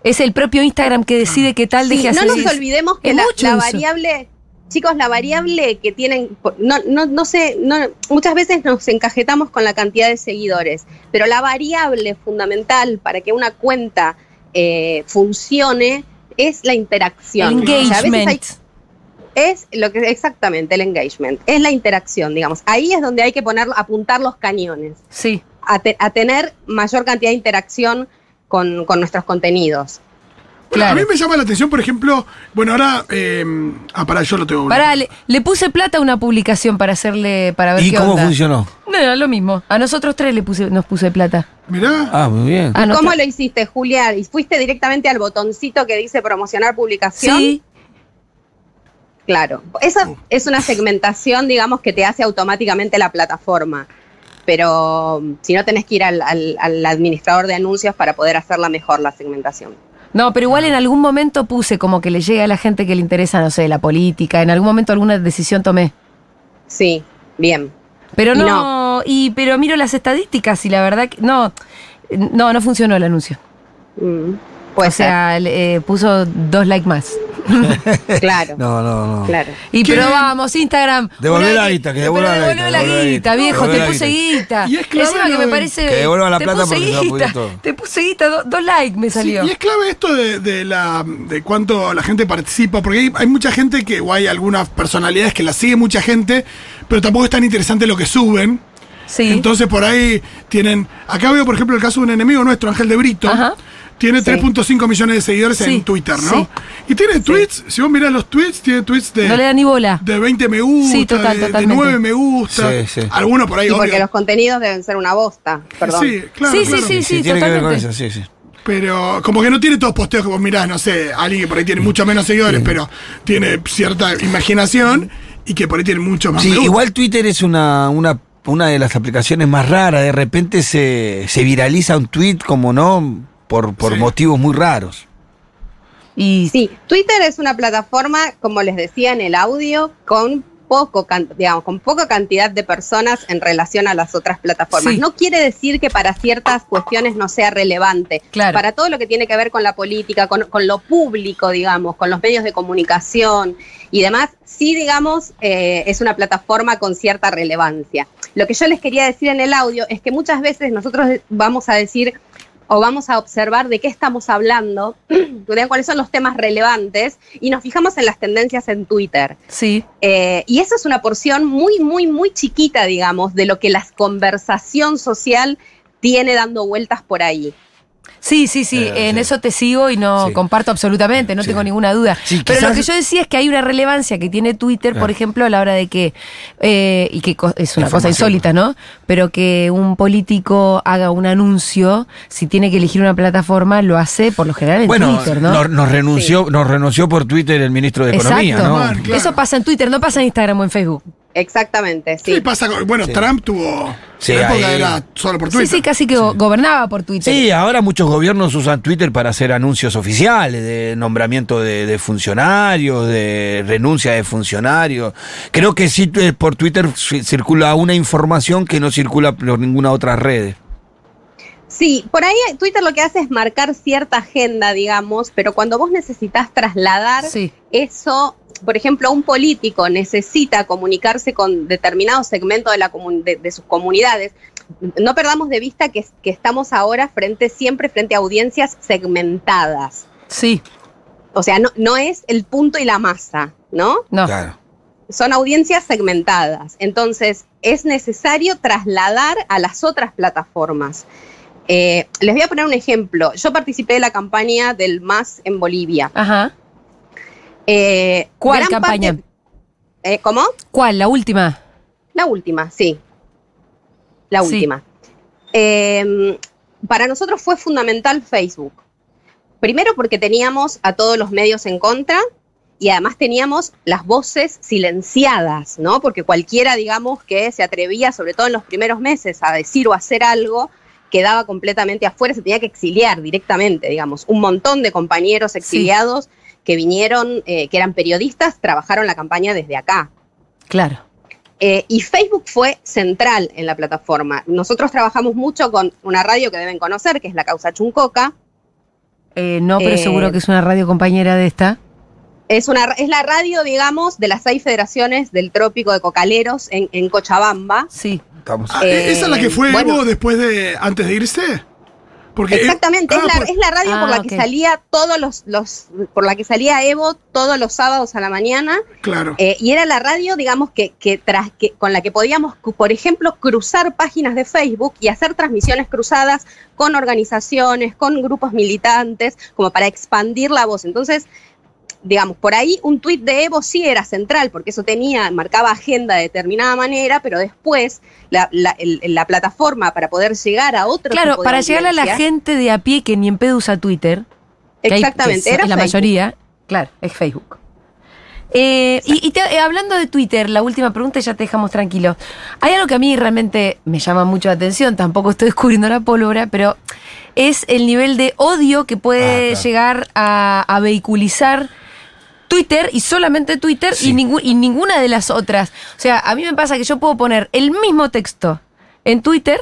Speaker 1: es el propio Instagram que decide qué tal
Speaker 8: Ah. Sí,
Speaker 1: deje
Speaker 8: no
Speaker 1: hacer.
Speaker 8: nos olvidemos que
Speaker 1: Es
Speaker 8: la,
Speaker 1: mucho
Speaker 8: la
Speaker 1: eso.
Speaker 8: variable, chicos, la variable que tienen, por- no, no, no sé, no, muchas veces nos encajetamos con la cantidad de seguidores, pero la variable fundamental para que una cuenta eh, funcione es la interacción.
Speaker 1: El
Speaker 8: O sea, a veces hay-
Speaker 1: engagement.
Speaker 8: Es lo que exactamente el engagement, es la interacción, digamos. Ahí es donde hay que poner, apuntar los cañones,
Speaker 1: Sí.
Speaker 8: a, te- a tener mayor cantidad de interacción con, con nuestros contenidos.
Speaker 2: Bueno,
Speaker 1: Claro.
Speaker 2: A mí me llama la atención, por ejemplo, bueno, ahora. eh, ah, pará, yo lo tengo.
Speaker 1: Pará, le, le puse plata a una publicación para hacerle, para ver
Speaker 3: ¿Y
Speaker 1: qué
Speaker 3: cómo
Speaker 1: onda.
Speaker 3: funcionó?
Speaker 1: No, era lo mismo. A nosotros tres le puse, nos puse plata.
Speaker 2: Mirá.
Speaker 3: Ah, muy bien.
Speaker 1: A
Speaker 8: ¿Cómo
Speaker 1: nosotros-
Speaker 8: lo hiciste, Julia? ¿Y ¿Fuiste directamente al botoncito que dice promocionar publicación?
Speaker 1: Sí,
Speaker 8: Claro, esa es una segmentación, digamos, que te hace automáticamente la plataforma. Pero mm, si no, tenés que ir al, al- al administrador de anuncios para poder hacerla mejor la segmentación.
Speaker 1: No, pero igual en algún momento puse como que le llegue a la gente que le interesa, no sé, la política. En algún momento alguna decisión tomé.
Speaker 8: Sí, bien.
Speaker 1: Pero
Speaker 8: Y
Speaker 1: no, y pero miro las estadísticas y la verdad que no, no, no funcionó el anuncio.
Speaker 8: Mm,
Speaker 1: o
Speaker 8: Puede
Speaker 1: sea, le- eh, puso dos likes más.
Speaker 8: ser, claro,
Speaker 3: No, no, no.
Speaker 8: claro.
Speaker 1: Y
Speaker 2: ¿Qué?
Speaker 1: pero vamos, Instagram.
Speaker 3: Devolvé
Speaker 1: Una
Speaker 3: la
Speaker 1: vez-
Speaker 3: guita, que
Speaker 1: pero
Speaker 3: devuelva la
Speaker 1: devolvé
Speaker 3: guita,
Speaker 1: la
Speaker 3: devolvé la
Speaker 1: guita,
Speaker 3: guita,
Speaker 1: viejo,
Speaker 3: devolvé
Speaker 1: te
Speaker 3: la
Speaker 1: puse guita.
Speaker 2: Y es clave
Speaker 1: Encima que
Speaker 2: lo
Speaker 1: me
Speaker 2: de-
Speaker 1: parece.
Speaker 3: Que devuelva la
Speaker 1: te
Speaker 3: plata
Speaker 1: puse
Speaker 3: porque se va a pudrir
Speaker 1: guita,
Speaker 3: todo.
Speaker 1: Te puse guita, do- dos likes me salió.
Speaker 2: Sí, y es clave esto de, de la, de cuánto la gente participa, porque hay, hay mucha gente que, o hay algunas personalidades que la sigue mucha gente, pero tampoco es tan interesante lo que suben.
Speaker 1: Sí.
Speaker 2: Entonces por ahí tienen. Acá veo, por ejemplo, el caso de un enemigo nuestro, Ángel de Brito.
Speaker 1: Ajá.
Speaker 2: Tiene
Speaker 8: Sí.
Speaker 2: 3.5 millones de seguidores
Speaker 1: Sí,
Speaker 2: en Twitter, ¿no?
Speaker 1: sí.
Speaker 2: Y tiene tweets, si vos mirás los tweets, tiene tweets de,
Speaker 1: no le da ni bola.
Speaker 2: de 20 me gusta,
Speaker 1: Sí, total,
Speaker 2: de- de,
Speaker 1: totalmente.
Speaker 2: 9 me gusta.
Speaker 3: Sí, sí.
Speaker 2: Algunos por ahí,
Speaker 8: Y porque
Speaker 2: obvio.
Speaker 8: los contenidos deben ser una bosta, perdón.
Speaker 2: Sí, claro,
Speaker 1: Sí,
Speaker 2: claro.
Speaker 1: Sí, sí,
Speaker 3: tiene que ver con
Speaker 1: totalmente.
Speaker 3: eso, sí, sí.
Speaker 2: Pero como que no tiene todos posteos que vos mirás, no sé, alguien que por ahí tiene mucho menos seguidores, pero tiene cierta imaginación y que por ahí tiene mucho más.
Speaker 3: Sí,
Speaker 2: me gusta.
Speaker 3: igual Twitter es una, una, una de las aplicaciones más raras. De repente se, se viraliza un tweet, como no, por, por
Speaker 2: Sí.
Speaker 3: motivos muy raros.
Speaker 1: Y
Speaker 8: Sí, Twitter es una plataforma, como les decía en el audio, con poco, can- digamos, con poca cantidad de personas en relación a las otras plataformas.
Speaker 1: Sí.
Speaker 8: No quiere decir que para ciertas cuestiones no sea relevante.
Speaker 1: Claro.
Speaker 8: Para todo lo que tiene que ver con la política, con, con lo público, digamos, con los medios de comunicación y demás, sí, digamos, eh, es una plataforma con cierta relevancia. Lo que yo les quería decir en el audio es que muchas veces nosotros vamos a decir o vamos a observar de qué estamos hablando, vean cuáles son los temas relevantes y nos fijamos en las tendencias en Twitter.
Speaker 1: sí.
Speaker 8: Eh, y eso es una porción muy, muy, muy chiquita, digamos, de lo que la conversación social tiene dando vueltas por ahí.
Speaker 1: Sí, sí, sí,
Speaker 3: Eh,
Speaker 1: en
Speaker 3: sí.
Speaker 1: eso te sigo y no
Speaker 3: Sí.
Speaker 1: comparto absolutamente, no
Speaker 3: Sí.
Speaker 1: tengo ninguna duda.
Speaker 3: Sí,
Speaker 1: Pero lo
Speaker 3: quizás-
Speaker 1: que yo decía es que hay una relevancia que tiene Twitter, por
Speaker 3: Claro.
Speaker 1: ejemplo, a la hora de que, eh, y que co- es una cosa
Speaker 3: Información.
Speaker 1: insólita, ¿no? Pero que un político haga un anuncio, si tiene que elegir una plataforma, lo hace por lo general en
Speaker 3: Bueno,
Speaker 1: Twitter, ¿no?
Speaker 3: nos, nos renunció, nos renunció por Twitter el ministro de Economía,
Speaker 1: Exacto.
Speaker 3: ¿no?
Speaker 2: Claro, claro.
Speaker 1: Eso pasa en Twitter, no pasa en Instagram o en Facebook.
Speaker 8: Exactamente,
Speaker 2: Sí,
Speaker 8: sí.
Speaker 2: pasa con- Bueno, Trump tuvo.
Speaker 3: Sí,
Speaker 2: la época
Speaker 3: ahí-
Speaker 2: era solo por Twitter.
Speaker 1: Sí, sí, casi que go- gobernaba por Twitter.
Speaker 3: Sí, ahora muchos gobiernos usan Twitter para hacer anuncios oficiales de nombramiento de, de funcionarios, de renuncia de funcionarios. Creo que sí, tu- por Twitter ci- circula una información que no circula por ninguna otra red.
Speaker 8: Sí, por ahí Twitter lo que hace es marcar cierta agenda, digamos, pero cuando vos necesitas trasladar
Speaker 1: Sí.
Speaker 8: eso, por ejemplo, un político necesita comunicarse con determinado segmento de, la comun- de, de sus comunidades. No perdamos de vista que, que estamos ahora frente siempre frente a audiencias segmentadas.
Speaker 1: Sí,
Speaker 8: O sea, no, no es el punto y la masa, ¿no?
Speaker 1: no.
Speaker 3: Claro.
Speaker 8: son audiencias segmentadas. Entonces, es necesario trasladar a las otras plataformas. Eh, les voy a poner un ejemplo. Yo participé de la campaña del MAS en Bolivia.
Speaker 1: Ajá.
Speaker 8: Eh,
Speaker 1: ¿Cuál
Speaker 8: gran
Speaker 1: campaña?
Speaker 8: parte- eh, ¿Cómo?
Speaker 1: ¿Cuál? La última.
Speaker 8: La última, sí. La
Speaker 1: Sí.
Speaker 8: última. Eh, para nosotros fue fundamental Facebook. Primero porque teníamos a todos los medios en contra y además teníamos las voces silenciadas, ¿no? Porque cualquiera, digamos, que se atrevía, sobre todo en los primeros meses, a decir o hacer algo, quedaba completamente afuera, se tenía que exiliar directamente, digamos. Un montón de compañeros exiliados que vinieron, eh, que eran periodistas, trabajaron la campaña desde acá.
Speaker 1: Claro.
Speaker 8: Eh, y Facebook fue central en la plataforma. Nosotros trabajamos mucho con una radio que deben conocer, que es La Causa Chuncoca.
Speaker 1: Eh, no, pero
Speaker 8: Eh,
Speaker 1: seguro que es una radio compañera de esta.
Speaker 8: Es, una, es la radio, digamos, de las seis federaciones del Trópico de Cocaleros en, en Cochabamba.
Speaker 1: Sí.
Speaker 3: Estamos.
Speaker 2: Ah, ¿Esa es la que fue
Speaker 8: Eh, bueno.
Speaker 2: Evo después de. antes de irse? Porque
Speaker 8: Exactamente,
Speaker 2: ah,
Speaker 8: es, la,
Speaker 2: por-
Speaker 8: es la radio
Speaker 1: Ah,
Speaker 8: por la
Speaker 1: ok.
Speaker 8: que salía todos los, los, por la que salía Evo todos los sábados a la mañana
Speaker 2: claro.
Speaker 8: eh, y era la radio, digamos, que, que, tras, que con la que podíamos, cu- por ejemplo, cruzar páginas de Facebook y hacer transmisiones cruzadas con organizaciones, con grupos militantes, como para expandir la voz. Entonces, digamos, por ahí un tuit de Evo sí era central, porque eso tenía, marcaba agenda de determinada manera, pero después la, la- el- la plataforma para poder llegar a otro
Speaker 1: Claro,
Speaker 8: tipo de
Speaker 1: para llegarle a la
Speaker 8: audiencia-
Speaker 1: gente de a pie que ni en pedo usa Twitter, que hay- que
Speaker 8: Exactamente,
Speaker 1: es-
Speaker 8: era
Speaker 1: es la
Speaker 8: Facebook.
Speaker 1: mayoría, claro, es Facebook. Eh, y y te- eh, hablando de Twitter, la última pregunta y ya te dejamos tranquilo. Hay algo que a mí realmente me llama mucho la atención, tampoco estoy descubriendo la pólvora, pero es el nivel de odio que puede
Speaker 3: Ah, claro.
Speaker 1: llegar a, a vehiculizar Twitter y solamente Twitter y,
Speaker 3: Sí.
Speaker 1: ningú- y ninguna de las otras. O sea, a mí me pasa que yo puedo poner el mismo texto en Twitter,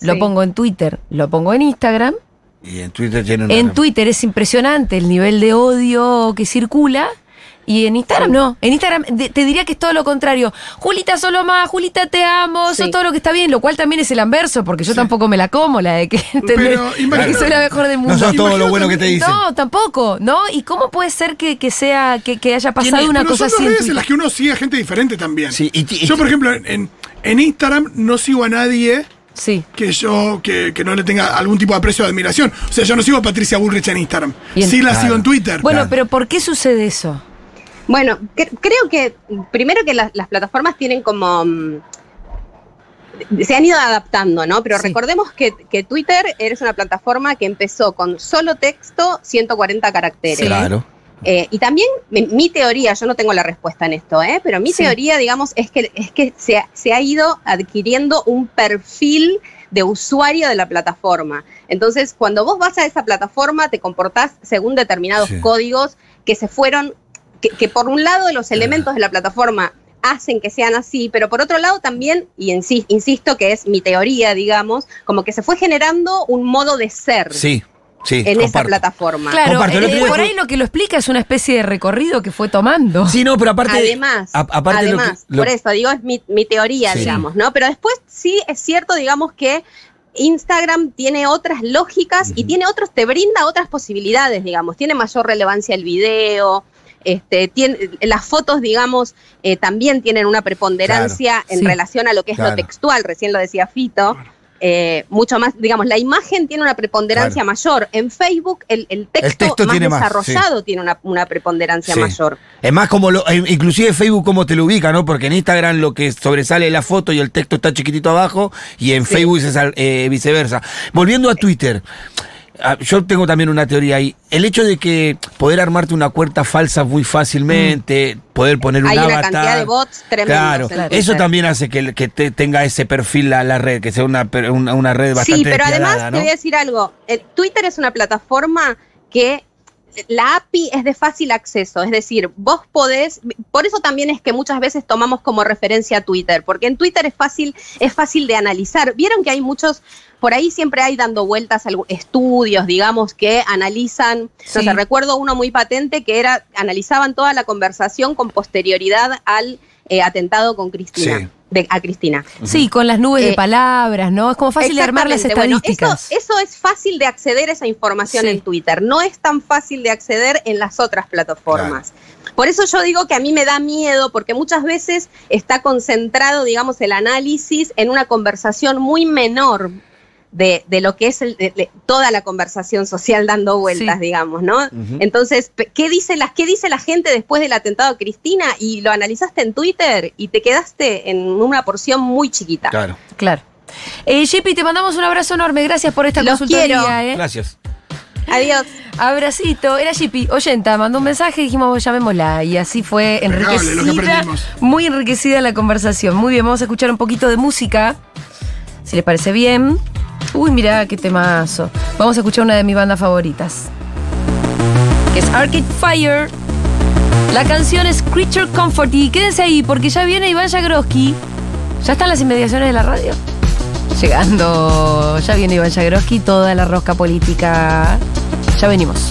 Speaker 1: lo
Speaker 8: Sí.
Speaker 1: pongo en Twitter, lo pongo en Instagram,
Speaker 3: Y en Twitter tiene una.
Speaker 1: en Twitter es impresionante el nivel de odio que circula. Y en Instagram no. En Instagram de- te diría que es todo lo contrario. Julita solo más, Julita te amo, eso
Speaker 8: Sí.
Speaker 1: todo lo que está bien, lo cual también es el anverso, porque yo tampoco me la como, la de que, ¿entendés?
Speaker 2: Pero
Speaker 1: De
Speaker 2: imagino-
Speaker 1: que soy la mejor del mundo.
Speaker 3: No sos todo lo
Speaker 2: Imagínate-
Speaker 3: bueno que te dicen.
Speaker 1: No, tampoco, ¿no? ¿Y cómo puede ser que, que sea, que, que haya pasado
Speaker 2: Tiene-
Speaker 1: una
Speaker 2: pero
Speaker 1: cosa
Speaker 2: son dos
Speaker 1: así? en
Speaker 2: redes en
Speaker 1: Twitter?
Speaker 2: las que uno sigue a gente diferente también.
Speaker 3: Sí, y ti- y
Speaker 2: yo,
Speaker 3: ti-
Speaker 2: por ejemplo, en- en, en Instagram no sigo a nadie
Speaker 1: Sí.
Speaker 2: que yo que, que no le tenga algún tipo de aprecio o admiración. O sea, yo no sigo a Patricia Bullrich en Instagram.
Speaker 1: Y en-
Speaker 2: sí la
Speaker 3: Claro.
Speaker 2: sigo en Twitter.
Speaker 1: Bueno,
Speaker 3: Claro.
Speaker 1: pero ¿por qué sucede eso?
Speaker 8: Bueno, cre- creo que primero que las- las plataformas tienen como... mm, se han ido adaptando, ¿no? Pero
Speaker 1: Sí.
Speaker 8: recordemos que, que Twitter es una plataforma que empezó con solo texto, 140 caracteres.
Speaker 1: Sí.
Speaker 3: Claro.
Speaker 8: Eh, y también mi, mi teoría, yo no tengo la respuesta en esto, ¿eh? pero mi
Speaker 1: Sí.
Speaker 8: teoría, digamos, es que, es que se, ha- se ha ido adquiriendo un perfil de usuario de la plataforma. Entonces, cuando vos vas a esa plataforma, te comportás según determinados
Speaker 3: Sí.
Speaker 8: códigos que se fueron, que, que por un lado los elementos de la plataforma hacen que sean así, pero por otro lado también, y insi- insisto que es mi teoría, digamos, como que se fue generando un modo de ser
Speaker 3: Sí, sí.
Speaker 8: en esa
Speaker 3: comparto.
Speaker 8: plataforma.
Speaker 1: Claro,
Speaker 3: Comparto, el
Speaker 1: eh,
Speaker 3: otro día
Speaker 1: por
Speaker 3: estuve-
Speaker 1: ahí lo que lo explica es una especie de recorrido que fue tomando.
Speaker 3: Sí, no, pero aparte.
Speaker 8: además,
Speaker 3: a- aparte lo que-
Speaker 8: además
Speaker 3: lo-
Speaker 8: por eso digo, es mi, mi teoría,
Speaker 3: Sí.
Speaker 8: digamos, ¿no? Pero después sí es cierto, digamos, que Instagram tiene otras lógicas y tiene otros, te brinda otras posibilidades, digamos, tiene mayor relevancia el video. Este, tiene- las fotos, digamos, eh, también tienen una preponderancia en
Speaker 1: Sí.
Speaker 8: relación a lo que es
Speaker 3: Claro.
Speaker 8: lo textual, recién lo decía Fito, eh, mucho más, digamos, la imagen tiene una preponderancia
Speaker 3: Claro.
Speaker 8: mayor. En Facebook el, el texto,
Speaker 3: texto
Speaker 8: más
Speaker 3: tiene más, sí.
Speaker 8: desarrollado tiene una, una preponderancia
Speaker 3: Sí.
Speaker 8: mayor.
Speaker 3: Es más como lo, eh, inclusive Facebook cómo te lo ubica, ¿no? Porque en Instagram lo que sobresale es la foto y el texto está chiquitito abajo y en Facebook es al- eh, viceversa. Volviendo a Twitter, ah, yo tengo también una teoría ahí. El hecho de que poder armarte una cuenta falsa muy fácilmente, poder poner un
Speaker 8: Mm. Hay una
Speaker 3: avatar.
Speaker 8: cantidad de bots tremendos
Speaker 3: Claro,
Speaker 8: en Twitter.
Speaker 3: eso también hace que, el- que te- tenga ese perfil la, la red, que sea una, per- una, una red bastante
Speaker 8: Sí, pero además
Speaker 3: despiadada,
Speaker 8: te
Speaker 3: ¿no?
Speaker 8: voy a decir algo. El Twitter es una plataforma que la API es de fácil acceso, es decir, vos podés, por eso también es que muchas veces tomamos como referencia a Twitter, porque en Twitter es fácil, es fácil de analizar. Vieron que hay muchos, por ahí siempre hay dando vueltas algu- estudios, digamos, que analizan, no
Speaker 1: Sí.
Speaker 8: sé, recuerdo uno muy patente que era, analizaban toda la conversación con posterioridad al eh, atentado con Cristina,
Speaker 3: Sí.
Speaker 8: de- a Cristina.
Speaker 1: Sí, con las nubes de
Speaker 8: Eh,
Speaker 1: palabras, ¿no? Es como fácil de armar las
Speaker 8: Exactamente. Bueno,
Speaker 1: estadísticas.
Speaker 8: eso, eso es fácil de acceder a esa información
Speaker 1: Sí.
Speaker 8: en Twitter. No es tan fácil de acceder en las otras plataformas. Por eso yo digo que a mí me da miedo, porque muchas veces está concentrado, digamos, el análisis en una conversación muy menor. De, de lo que es el- de- de toda la conversación social dando vueltas,
Speaker 1: Sí.
Speaker 8: digamos, ¿no? Entonces, pe- ¿qué dice, la, ¿qué dice la gente después del atentado a Cristina? Y lo analizaste en Twitter y te quedaste en una porción muy chiquita.
Speaker 3: Claro,
Speaker 1: Claro. Eh, Jepi, te mandamos un abrazo enorme. Gracias por esta
Speaker 8: Los
Speaker 1: consultoría.
Speaker 8: quiero.
Speaker 1: eh.
Speaker 3: gracias.
Speaker 8: Adiós.
Speaker 1: Abracito. Era Jepi, oyenta, mandó un mensaje y dijimos, llamémosla. Y así fue
Speaker 2: Impecable, lo que
Speaker 1: enriquecida.
Speaker 2: aprendimos.
Speaker 1: Muy enriquecida la conversación. Muy bien, vamos a escuchar un poquito de música. Si les parece bien. Uy, mirá, qué temazo. Vamos a escuchar una de mis bandas favoritas. Que es Arcade Fire. La canción es Creature Comfort. Y quédense ahí, porque ya viene Iván Jagroski. Ya están las inmediaciones de la radio. Llegando, ya viene Iván Jagroski, toda la rosca política. Ya venimos.